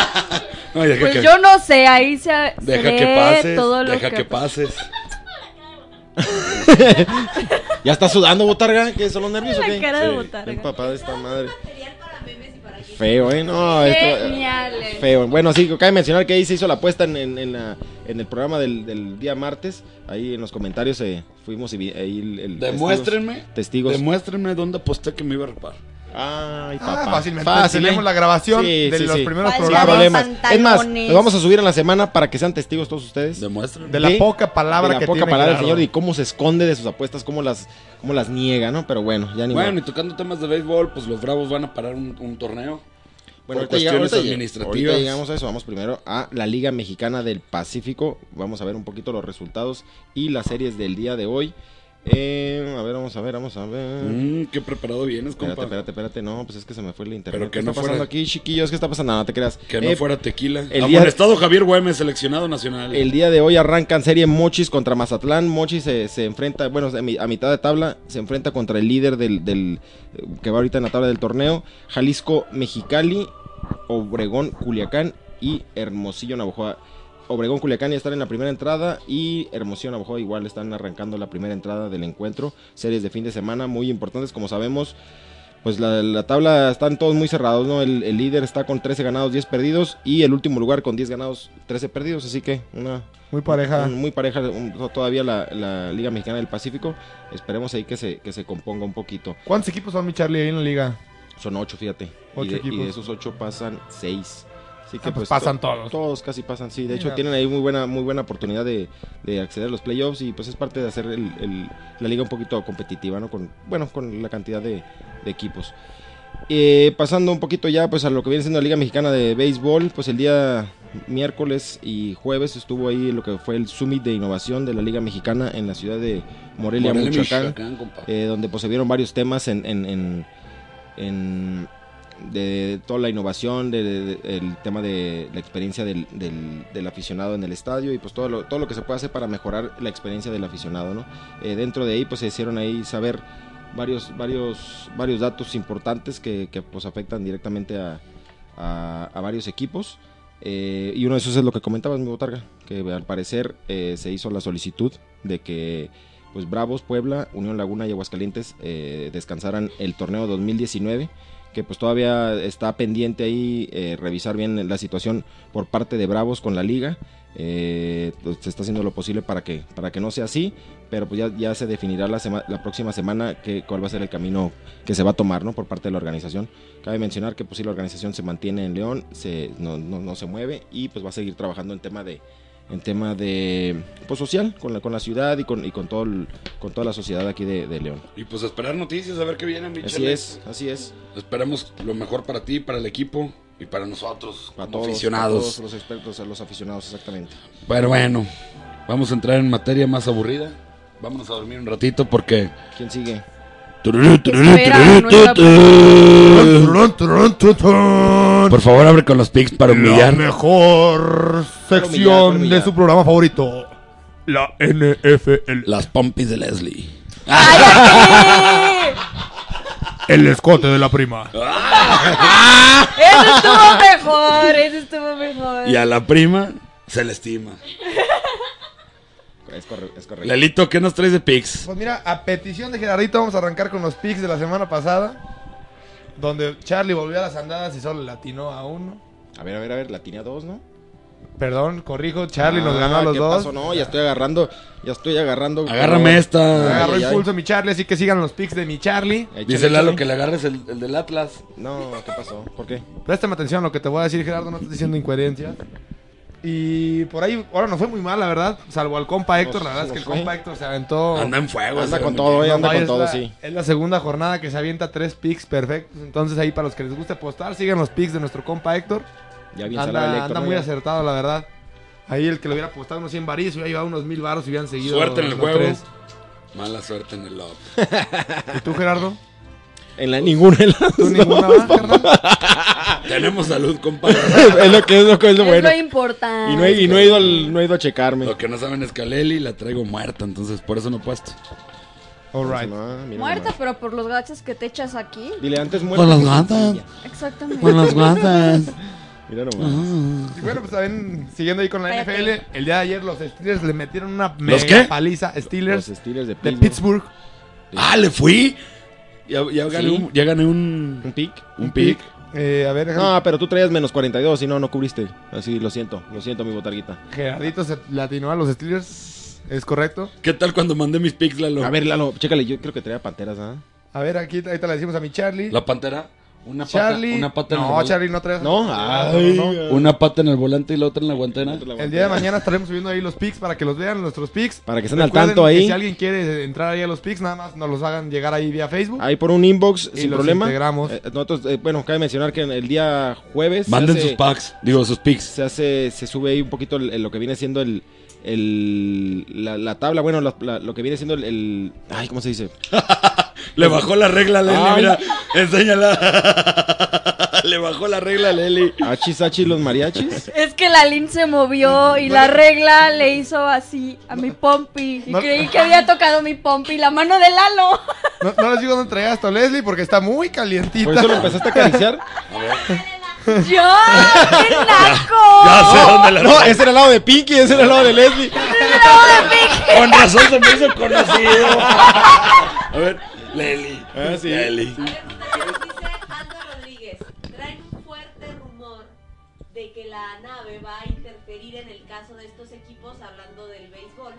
S2: [LAUGHS] no, deja
S3: Pues
S2: que,
S3: yo no sé, ahí se, se
S2: deja
S3: ve
S2: que pases.
S3: todo lo
S2: deja que,
S3: que [LAUGHS]
S2: pases.
S4: Ya está sudando botarga, que son los nervios o
S3: La
S4: qué?
S3: cara de Botarga.
S4: El papá de esta madre.
S8: Material para memes y para que
S4: Feo, ¿eh? No, esto
S3: Genial. [LAUGHS] eh.
S4: feo. Bueno, sí, cabe mencionar que ahí se hizo la apuesta en, en- en la- en el programa del, del día martes. Ahí en los comentarios eh, fuimos y vi- ahí el, el-
S2: Demuéstrenme.
S4: Testigos. testigos.
S2: Demuéstrenme dónde aposté que me iba a repar.
S4: Ay,
S1: Ah,
S4: papá.
S1: fácilmente.
S4: Fácil,
S1: Tenemos
S4: ¿eh?
S1: la grabación
S4: Sí,
S1: de
S4: sí,
S1: los
S4: sí.
S1: primeros
S3: Fácil.
S4: Sin
S3: Programas.
S1: programas.
S4: problemas. Es más,
S3: Pantalones.
S4: lo vamos a subir en la semana para que sean testigos todos ustedes.
S2: Demuéstrenme.
S1: De la
S4: Sí.
S1: poca palabra
S4: de la
S1: que
S4: poca
S1: tiene
S4: palabra del
S1: Gerardo.
S4: señor y cómo se esconde de sus apuestas, cómo las, cómo las niega, ¿no? Pero bueno, ya ni modo.
S2: Bueno, y tocando temas de béisbol, pues los Bravos van a parar un, un torneo.
S4: Bueno,
S2: por
S4: ahorita llega-
S2: cuestiones
S4: ahorita llega-
S2: administrativas.
S4: ahorita llegamos a eso. Vamos primero a la Liga Mexicana del Pacífico. Vamos a ver un poquito los resultados y las series del día de hoy. Eh, a ver, vamos a ver, vamos a ver.
S2: Mm, qué preparado vienes, compa.
S4: Espérate, espérate, espérate. No, pues es que se me fue el internet.
S2: Pero que
S4: ¿Qué
S2: no
S4: está
S2: fuera-
S4: pasando aquí, chiquillos? ¿Qué está pasando? No, no te creas.
S2: Que no
S4: Eh,
S2: fuera tequila. Ah,
S4: el día-
S2: Amonestado Javier Güemes, seleccionado nacional.
S4: El día de hoy arrancan serie Mochis contra Mazatlán. Mochis se, se enfrenta, bueno, a mi- a mitad de tabla, se enfrenta contra el líder del, del- eh, que va ahorita en la tabla del torneo. Jalisco, Mexicali, Obregón, Culiacán y Hermosillo, Navojoa. Obregón, Culiacán ya están en la primera entrada y Hermosillo, Navojoa igual están arrancando la primera entrada del encuentro. Series de fin de semana muy importantes, como sabemos. pues la, la tabla están todos muy cerrados, ¿no? El, el líder está con 13 ganados, 10 perdidos y el último lugar con 10 ganados, 13 perdidos, así que una...
S1: Muy pareja.
S4: un- muy pareja un- todavía la, la Liga Mexicana del Pacífico. Esperemos ahí que se, que se componga un poquito.
S1: [LAUGHS] ¿Cuántos equipos son, mi Charlie, ahí en la liga?
S4: Son ocho, fíjate.
S1: Ocho
S4: y, de, y de
S1: equipos.
S4: esos ocho pasan seis. Así que
S1: Ah, pues
S4: to-
S1: pasan todos.
S4: Todos casi pasan, sí. De hecho,
S1: Mira.
S4: tienen ahí muy buena, muy buena oportunidad de, de acceder a los playoffs y pues es parte de hacer el- el- la liga un poquito competitiva, ¿no? Con, bueno, con la cantidad de, de equipos. Eh, pasando un poquito ya pues a lo que viene siendo la Liga Mexicana de Béisbol, pues el día miércoles y jueves estuvo ahí lo que fue el Summit de Innovación de la Liga Mexicana en la ciudad de Morelia,
S2: Morelia,
S4: Michoacán,
S2: Michoacán, compa.
S4: eh, donde pues se vieron varios temas en, en- en- en- de toda la innovación, de- de- de- el tema de la experiencia del, del- del aficionado en el estadio y pues todo lo, todo lo que se puede hacer para mejorar la experiencia del aficionado, ¿no? Eh, dentro de ahí pues se hicieron ahí saber varios, varios, varios datos importantes que, que, pues afectan directamente a, a- a varios equipos. Eh, y uno de esos es lo que comentabas, mi botarga, que al parecer eh, se hizo la solicitud de que pues Bravos, Puebla, Unión Laguna y Aguascalientes eh, descansaran el torneo 2019, que pues todavía está pendiente ahí eh, revisar bien la situación por parte de Bravos con la liga. Eh, pues, se está haciendo lo posible para que, para que no sea así, pero pues ya, ya se definirá la, sema- la próxima semana que, cuál va a ser el camino que se va a tomar ¿no? por parte de la organización. Cabe mencionar que pues sí, la organización se mantiene en León, se, no, no- no se mueve y pues va a seguir trabajando en tema de en tema de pues, social con la con la ciudad y con y con todo el- con toda la sociedad aquí de, de León.
S2: Y pues a esperar noticias, a ver qué viene, mi
S4: Así
S2: Charlie.
S4: es, así es.
S2: Esperamos lo mejor para ti, para el equipo y para nosotros,
S4: Para
S2: como
S4: todos,
S2: aficionados.
S4: para todos los expertos, a los aficionados exactamente.
S2: Pero bueno, vamos a entrar en materia más aburrida. Vámonos a dormir un ratito porque.
S4: ¿Quién sigue?
S2: Por favor, abre con los pics para
S1: La
S2: humillar.
S1: mejor
S2: humillar, por
S1: sección de
S2: humillar.
S1: su programa favorito. La NFL.
S2: Las pompis de Leslie.
S1: El escote de la prima.
S3: Eso estuvo mejor, eso estuvo mejor.
S2: Y a la prima se le estima.
S4: Es, correcto.
S2: Lelito, ¿qué nos traes de pics?
S1: Pues mira, a petición de Gerardito vamos a arrancar con los picks de la semana pasada. Donde Charlie volvió a las andadas y solo latinó a uno.
S4: A ver, a ver, a ver, la tiene a dos, ¿no?
S1: Perdón, corrijo, Charlie nos
S4: Ah,
S1: ganó a los
S4: ¿qué
S1: dos.
S4: pasó? No, ya estoy agarrando, ya estoy agarrando.
S2: Agárrame esta.
S1: Agarró
S4: Ay, ay, ay.
S1: impulso mi Charlie, así que sigan los picks de mi Charlie.
S4: Échale,
S2: Dice Lalo
S4: échale.
S2: que le agarres el, el del Atlas.
S4: No, ¿qué pasó? ¿Por qué?
S1: Préstame atención a lo que te voy a decir, Gerardo, no estás diciendo incoherencias. Y por ahí, ahora no fue muy mal, la verdad. Salvo al compa Héctor, la verdad es que
S4: Nos
S1: el
S4: fue.
S1: compa Héctor se aventó.
S2: Anda en fuego.
S4: Anda
S2: ese
S4: con
S2: hombre.
S4: todo, eh,
S1: No,
S4: anda
S1: es
S4: con todo,
S1: la-
S4: sí.
S1: Es la segunda jornada que se avienta tres picks perfectos. Entonces ahí para los que les guste apostar, sigan los picks de nuestro compa Héctor.
S4: Ya bien
S1: anda
S4: salado el Héctor,
S1: anda
S4: ¿no?
S1: muy
S4: Ya.
S1: acertado, la verdad. Ahí el que le hubiera apostado unos 100 varillos hubiera llevado unos 1000 varos y hubieran seguido.
S2: Suerte en el
S1: los
S2: juego.
S1: tres.
S2: Mala suerte en el love.
S1: ¿Y tú, Gerardo?
S4: En la ninguna de las
S1: [LAUGHS] ¿Tú
S4: dos,
S1: ninguna
S4: [LAUGHS]
S1: más, carnal?
S2: [LAUGHS] Tenemos salud, compadre.
S4: es lo que es lo que es lo
S3: es
S4: bueno.
S3: lo importante.
S4: Y no he, y no he ido al- no he ido a checarme.
S2: Lo que no saben es que a Leli la traigo muerta, entonces por eso no he puesto.
S1: All right.
S4: Ah, mira
S3: Muerta,
S4: nomás.
S3: pero por los gachas que te echas aquí.
S4: Dile antes muerta.
S2: Con las
S4: que
S2: gatas.
S4: sencilla.
S3: Exactamente.
S2: las guantes.
S4: Mira nomás.
S1: Y bueno, pues también siguiendo ahí con la
S3: Cállate.
S1: NFL, el día de ayer los Steelers le metieron una
S2: ¿Los qué?
S1: mega paliza
S4: Los
S1: Steelers
S4: Steelers de
S1: de
S4: Pittsburgh.
S1: Pittsburgh.
S2: Ah, le fui. Ya, ya gané,
S4: Sí.
S2: un, ya gané un,
S4: Un pick.
S2: un pick.
S1: Eh, a ver, déjame-
S4: No, pero tú traías menos 42 y no, no cubriste. Así, lo siento, lo siento, mi botarguita.
S1: Gerardito se latinó a los Steelers. ¿Es correcto?
S2: ¿Qué tal cuando mandé mis picks, Lalo?
S4: A ver, Lalo, chécale, yo creo que traía panteras, ¿ah?
S1: A ver, aquí ahorita le decimos a mi Charlie.
S2: ¿La pantera? Una
S1: Charlie.
S2: pata, una pata en el
S1: no,
S2: volante.
S1: Charlie, no traes.
S4: No,
S1: Ah,
S4: ay,
S1: no, no.
S2: Una pata en el volante y la otra en la guantera.
S1: El día de mañana estaremos subiendo ahí los pics para que los vean, nuestros pics.
S4: Para que estén al
S1: Recuerden
S4: tanto
S1: que
S4: ahí.
S1: si alguien quiere entrar ahí a los pics, nada más nos los hagan llegar ahí vía Facebook.
S4: Ahí por un inbox,
S1: Y
S4: sin
S1: los
S4: problema.
S1: integramos.
S4: Eh, nosotros, eh, bueno, cabe mencionar que en el día jueves. se
S2: Manden
S4: hace-
S2: sus packs, digo, sus picks.
S4: se hace se sube ahí un poquito el- el- lo que viene siendo el, el- la, la tabla bueno la- la- lo que viene siendo el, el- ay cómo se dice
S2: [LAUGHS] Le bajó la regla a Leli,
S4: Ay.
S2: mira. Enséñala. [LAUGHS] Le bajó la regla a Leli.
S4: achis achis los mariachis
S3: Es que la Lin se movió y la regla le hizo así a mi Pompi. Y
S1: No.
S3: creí que había tocado mi Pompi, la mano de Lalo.
S1: No, no les digo dónde traía hasta Leslie porque está muy
S4: por
S1: calientita.
S4: eso lo empezaste a acariciar
S3: ¡Yo! ¡Qué naco!
S2: [LAUGHS] Ya sé dónde la
S4: no ese era el lado de Pinky ese era el lado de Leslie
S2: Con razón se me hizo conocido. A ver, Leli.
S4: Ah, sí.
S2: Leli.
S8: la nave va a interferir en el caso de estos equipos, hablando del béisbol,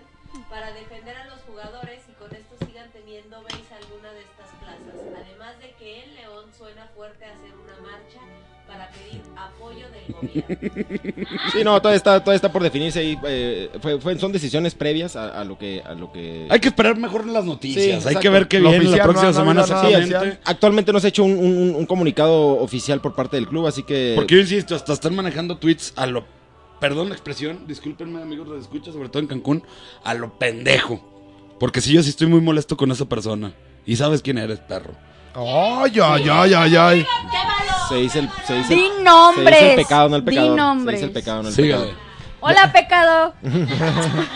S8: para defender a los jugadores y con esto sigan teniendo béis alguna de estas plazas. Además de que el León suena fuerte a hacer una marcha para pedir apoyo del gobierno.
S4: Sí, no, todavía está, todavía está por definirse ahí. eh, fue- fue- son decisiones previas a, a lo que, a lo que.
S2: Hay que esperar mejor las noticias.
S4: Sí,
S2: hay
S4: exacto.
S2: que ver qué
S4: Lo
S2: viene la
S4: oficial,
S2: próxima
S4: no, no ha
S2: semana.
S4: habido nada
S2: exactamente.
S4: oficial. Actualmente no se ha hecho un, un- un comunicado oficial por parte del club, así que.
S2: Porque yo insisto, hasta están manejando tweets a lo. Perdón la expresión, discúlpenme amigos de escucha, sobre todo en Cancún, a lo pendejo. Porque si yo sí estoy muy molesto con esa persona. Y sabes quién eres, perro.
S1: [LAUGHS] ¡Ay, ay, ay, ay, ay!
S4: Se dice el, se dice
S3: Di
S4: [LAUGHS] se dice
S3: nombres,
S4: el pecado, no el
S3: di
S4: pecado. Se
S3: nombres.
S4: dice el pecado, no el
S2: Sígale.
S4: pecado.
S3: Hola, pecado.
S2: [LAUGHS]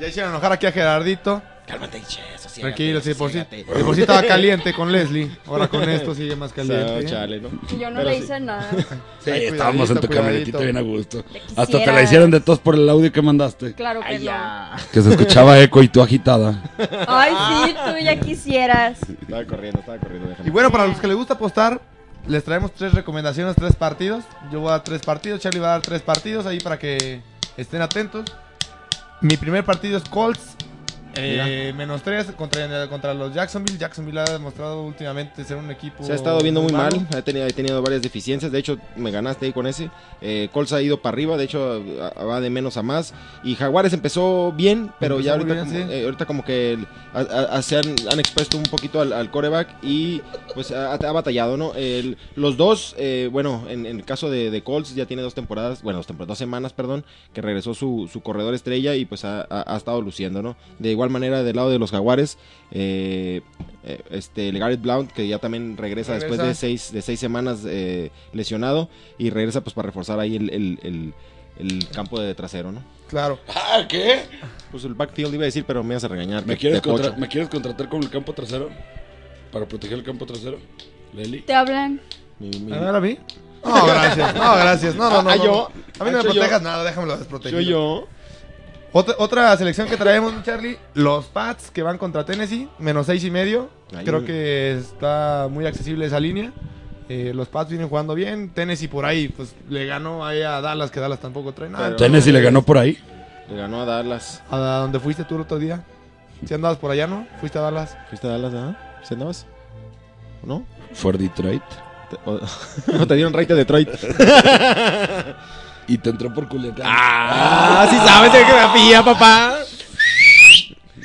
S1: Ya hicieron enojar aquí a Gerardito.
S4: Cálmate, che, sosiégate,
S1: Tranquilo, si de por sí,
S4: sosiégate.
S1: de por sí estaba caliente con Leslie. Ahora con esto sigue
S4: [LAUGHS]
S1: más caliente. ¿eh?
S4: Chao, chale, ¿no?
S3: Yo no
S4: Pero
S3: le
S4: sí.
S3: hice nada.
S2: Sí,
S1: Ay,
S2: estábamos en tu
S1: cuidadito,
S2: camionetita
S1: cuidadito.
S2: bien a gusto.
S3: Te
S2: Hasta te la
S3: quisiera.
S2: hicieron de tos por el audio que mandaste.
S3: Claro que no.
S2: Que se escuchaba eco y tú agitada.
S3: Ay, sí, tú ya quisieras.
S4: Estaba corriendo, estaba corriendo. déjame.
S1: Y bueno, para los que les gusta apostar, les traemos tres recomendaciones, tres partidos. Yo voy a dar tres partidos, Charlie va a dar tres partidos ahí para que estén atentos. Mi primer partido es Colts, eh, menos tres contra, contra los Jacksonville. Jacksonville ha demostrado últimamente ser un equipo.
S4: Se ha estado viendo muy
S1: malo.
S4: mal, ha tenido, ha tenido varias deficiencias, de hecho me ganaste ahí con ese. Eh, Colts ha ido para arriba, de hecho a- a- va de menos a más. Y Jaguares empezó bien, pero
S1: Empezó
S4: ya
S1: muy
S4: ahorita,
S1: bien,
S4: como,
S1: sí.
S4: eh, ahorita como que el- a- a- a- se han, han expuesto un poquito al, al coreback y pues ha, ha batallado, ¿no? El- los dos, eh, bueno, en, en el caso de, de Colts ya tiene dos temporadas, bueno, dos, tempor- dos semanas, perdón, que regresó su, su corredor estrella y pues ha, ha- ha estado luciendo, ¿no? De igual manera del lado de los Jaguares, eh, eh, este, el Garrett Blount, que ya también regresa, después de
S1: Regresa.
S4: seis, de seis semanas eh, lesionado y regresa pues para reforzar ahí el, el- el- el campo de trasero, ¿no?
S1: Claro.
S2: ¿Ah, qué?
S4: Pues el backfield iba a decir, pero me vas a regañar.
S2: ¿Me
S4: que- de
S2: quieres,
S4: pocho.
S2: contra- ¿Me quieres contratar con el campo trasero? ¿Para proteger el campo trasero? Leli.
S3: Te hablan.
S4: Mi- mi-
S1: ¿A ver a mí? No, gracias, no, gracias. No, no, no.
S4: Ah,
S1: no.
S4: yo.
S1: a mí
S4: Ah,
S1: no me
S4: yo, yo.
S1: protejas nada, déjamelo desprotegido.
S4: Yo, yo.
S1: Otra, otra selección que traemos, Charlie, los Pats que van contra Tennessee, menos seis y medio.
S4: Ahí.
S1: Creo que está muy accesible esa línea. Eh, los Pats vienen jugando bien. Tennessee por ahí, pues le ganó ahí a Dallas, que Dallas tampoco trae nada.
S4: Pero-
S2: Tennessee le ganó por ahí.
S4: Le ganó a Dallas.
S1: ¿A dónde fuiste tú el otro día? Si andabas por allá, ¿no? Fuiste a Dallas.
S4: ¿Fuiste a Dallas, ah? ¿Sí andabas? ¿O ¿No?
S2: For Detroit.
S4: Te- o- [LAUGHS] o te dieron right a [LAUGHS] Detroit.
S2: [LAUGHS] Y te entró por Culiacán.
S4: ¡Ah! ¡Sí sabes de geografía, papá!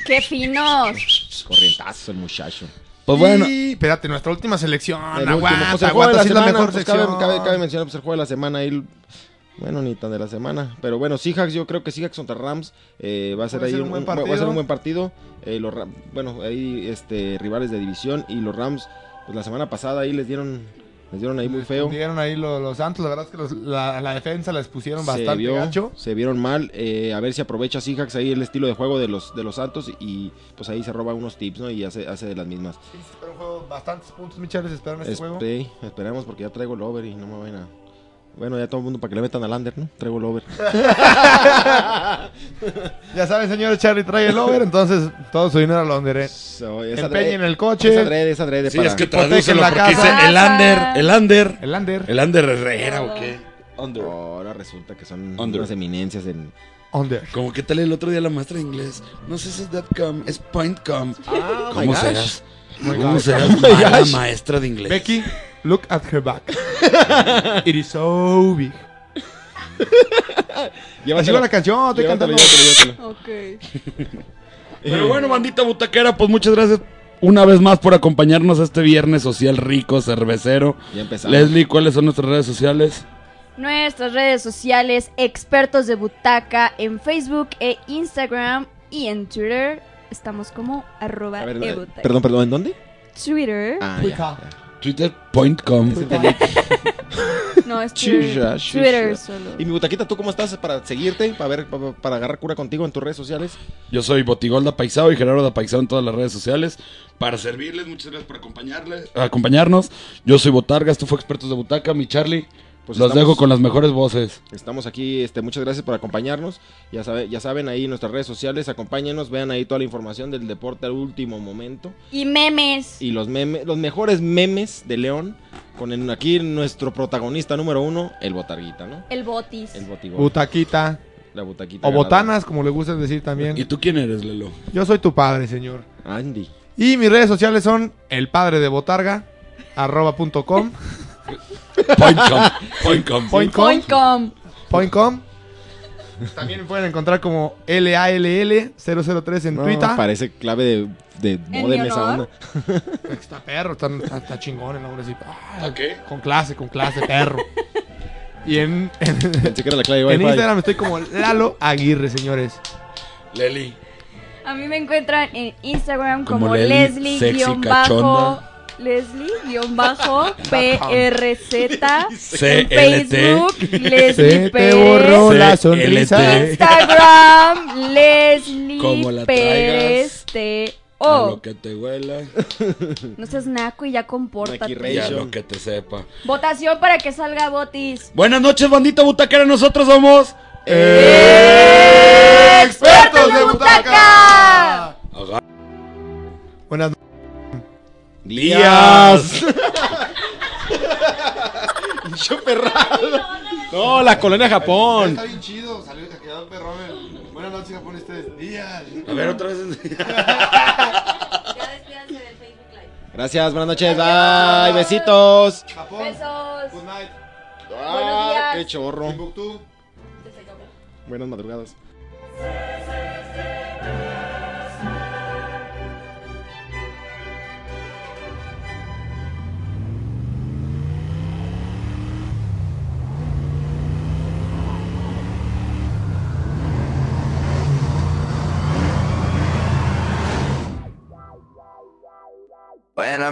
S3: ¡Qué finos!
S4: Corrientazo el muchacho.
S2: Pues bueno.
S1: Y, espérate, nuestra última selección.
S4: El último,
S1: aguanta,
S4: pues el juego de
S1: aguanta,
S4: la
S1: sí es la
S4: semana,
S1: mejor
S4: pues,
S1: sección.
S4: Cabe, cabe- cabe mencionar pues, el juego de la semana. ahí, bueno, ni tan de la semana. Pero bueno, Seahawks, yo creo que Seahawks contra Rams eh, va a ser
S1: Puede
S4: ahí
S1: ser
S4: un,
S1: un buen
S4: un- va a ser
S1: partido.
S4: un buen partido. Eh, los Ram- bueno, ahí este, rivales de división y los Rams, pues la semana pasada ahí les dieron, les dieron ahí muy feo.
S1: Dieron ahí lo- los, Santos, la verdad es que los- la, la defensa la expusieron
S4: Se,
S1: bastante
S4: vio-
S1: gacho.
S4: se vieron mal, eh, a ver si aprovecha Seahawks ahí el estilo de juego de los, de los Santos y pues ahí se roba unos tips, ¿no? Y hace, hace de las mismas.
S1: Sí, se espera un juego, bastantes puntos, mi Charlie, se esperan este juego.
S4: Espe- esperemos porque ya traigo el over y no me vayan a... Bueno, ya todo el mundo para que le metan al under, ¿no? Traigo el over.
S1: [LAUGHS] Ya saben, señores, Charlie trae el over, entonces todo su dinero lo under, ¿eh?
S4: So, es
S1: Empeñen
S4: adrede-
S1: el coche,
S4: Es adrede, es adrede
S2: Sí,
S4: para-
S2: es que
S1: Hipoteca en
S2: tradúcelo
S1: la
S2: porque dice
S1: casa.
S2: el under, el under,
S1: el under.
S2: el under Herrera
S3: Ah.
S2: o qué.
S4: Ahora resulta que son
S2: Under.
S4: unas eminencias en...
S1: Under.
S2: Como que tal el otro día la maestra de inglés. No sé si es .com, es .com.
S1: Ah,
S4: my
S2: ¿Cómo
S4: gosh.
S2: serás?
S1: my
S2: ¿Cómo
S1: Oh gosh.
S2: serás mala maestra de inglés?
S1: Becky, look at
S2: [LAUGHS]
S1: her back. It is so big. Así va la canción, estoy
S4: Llévatelo,
S1: cantando.
S4: llévatelo,
S1: Eh.
S4: llévatelo.
S3: Ok.
S1: [LAUGHS]
S2: Pero bueno, bandita butaquera, pues muchas gracias una vez más por acompañarnos este viernes social rico, cervecero.
S4: Ya empezamos.
S2: Leslie, ¿cuáles son nuestras redes sociales?
S3: Nuestras redes sociales, expertos de butaca, en Facebook e Instagram y en Twitter. Estamos como arroba
S4: A ver, eh,
S3: ebutaca.
S4: perdón, perdón, ¿en dónde?
S3: Twitter.
S4: Ah,
S1: Quick
S4: ya,
S1: up.
S4: ya.
S2: Twitter.com.
S3: No, es
S4: Chuya,
S3: Twitter.
S4: chuya.
S3: Twitter solo.
S4: Y mi butaquita, ¿tú cómo estás para seguirte? Para ver, para, para agarrar cura contigo en tus redes sociales.
S2: Yo soy Botigol da Paisao y Gerardo da Paisao en todas las redes sociales. Para servirles, muchas gracias por acompañarles, acompañarnos. Yo soy Botargas, tú fue Expertos de Butaca, mi Charlie.
S4: Pues
S2: Los
S4: estamos-
S2: dejo con las mejores voces.
S4: Estamos aquí, este, muchas gracias por acompañarnos. Ya, sabe- ya saben, ahí nuestras redes sociales, acompáñenos, vean ahí toda la información del deporte al último momento.
S3: Y memes.
S4: Y los memes, los mejores memes de León, con el- aquí nuestro protagonista número uno, el Botarguita, ¿no?
S3: El botis.
S4: El Botigón.
S1: Butaquita.
S4: la Botaquita.
S1: O
S4: ganadora.
S1: botanas, como le gustan decir
S2: ¿Y
S1: también.
S2: tú quién eres, Lelo?
S1: Yo soy tu padre, señor.
S4: Andy.
S1: Y mis redes sociales son el padre de botarga, arroba punto
S4: [LAUGHS]
S1: com,
S2: Pointcom. Pointcom.
S1: point com,
S3: Coincom.
S1: point com. También me pueden encontrar como LALL003 en
S4: No,
S1: Twitter.
S4: Parece clave de, de modem
S3: mi
S4: esa
S3: honor.
S4: onda.
S1: [LAUGHS] Está perro, está, está- está chingón el nombre así. Ah,
S2: Ok.
S1: Con clase, con clase, perro. Y en, en,
S4: Pensé que era la clave de
S1: en
S4: Wi-Fi.
S1: Instagram estoy como Lalo Aguirre, señores.
S2: Leli.
S3: A mí me encuentran en Instagram
S2: Como
S3: como,
S2: Leslie,
S3: Leslie,
S2: sexy,
S3: guión bajo,
S2: cachonda.
S3: Leslie guión bajo PRZ en
S2: CLT.
S3: Facebook Leslie Pérez
S2: la sonrisa.
S3: Instagram
S2: Como
S3: Leslie
S2: la Ah,
S3: Pérez T
S2: A
S3: O
S2: lo que te huela
S3: No seas naco y ya
S4: Naki
S3: compórtate
S4: Rey.
S2: y a lo que te sepa.
S3: Votación para que salga Botis
S2: Buenas noches, bandita butaquera. Nosotros somos.
S3: ¡Eh!
S1: ¡Expertos
S3: de butaca!
S1: Buenas noches.
S4: [LAUGHS]
S2: Díaz.
S4: Yo perrado. No, la colonia Japón.
S1: bien chido, salió que quedó perrón. el- Buenas noches, Japón, este ustedes. Días.
S2: A ver, otra vez.
S9: Ya despídanse del Facebook Live.
S4: Gracias, buenas noches. Bye, besitos.
S1: Japón.
S3: Besos
S1: Good night.
S4: Ah,
S3: días.
S4: qué chorro.
S1: Timbuktu.
S4: Buenas madrugadas.
S11: When I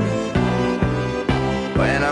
S11: When I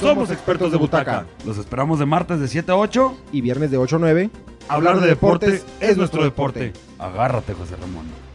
S2: Somos expertos de butaca. Los esperamos de martes de 7 a 8.
S4: Y viernes de 8 a 9.
S2: Hablar de deportes es nuestro deporte. Agárrate, José Ramón.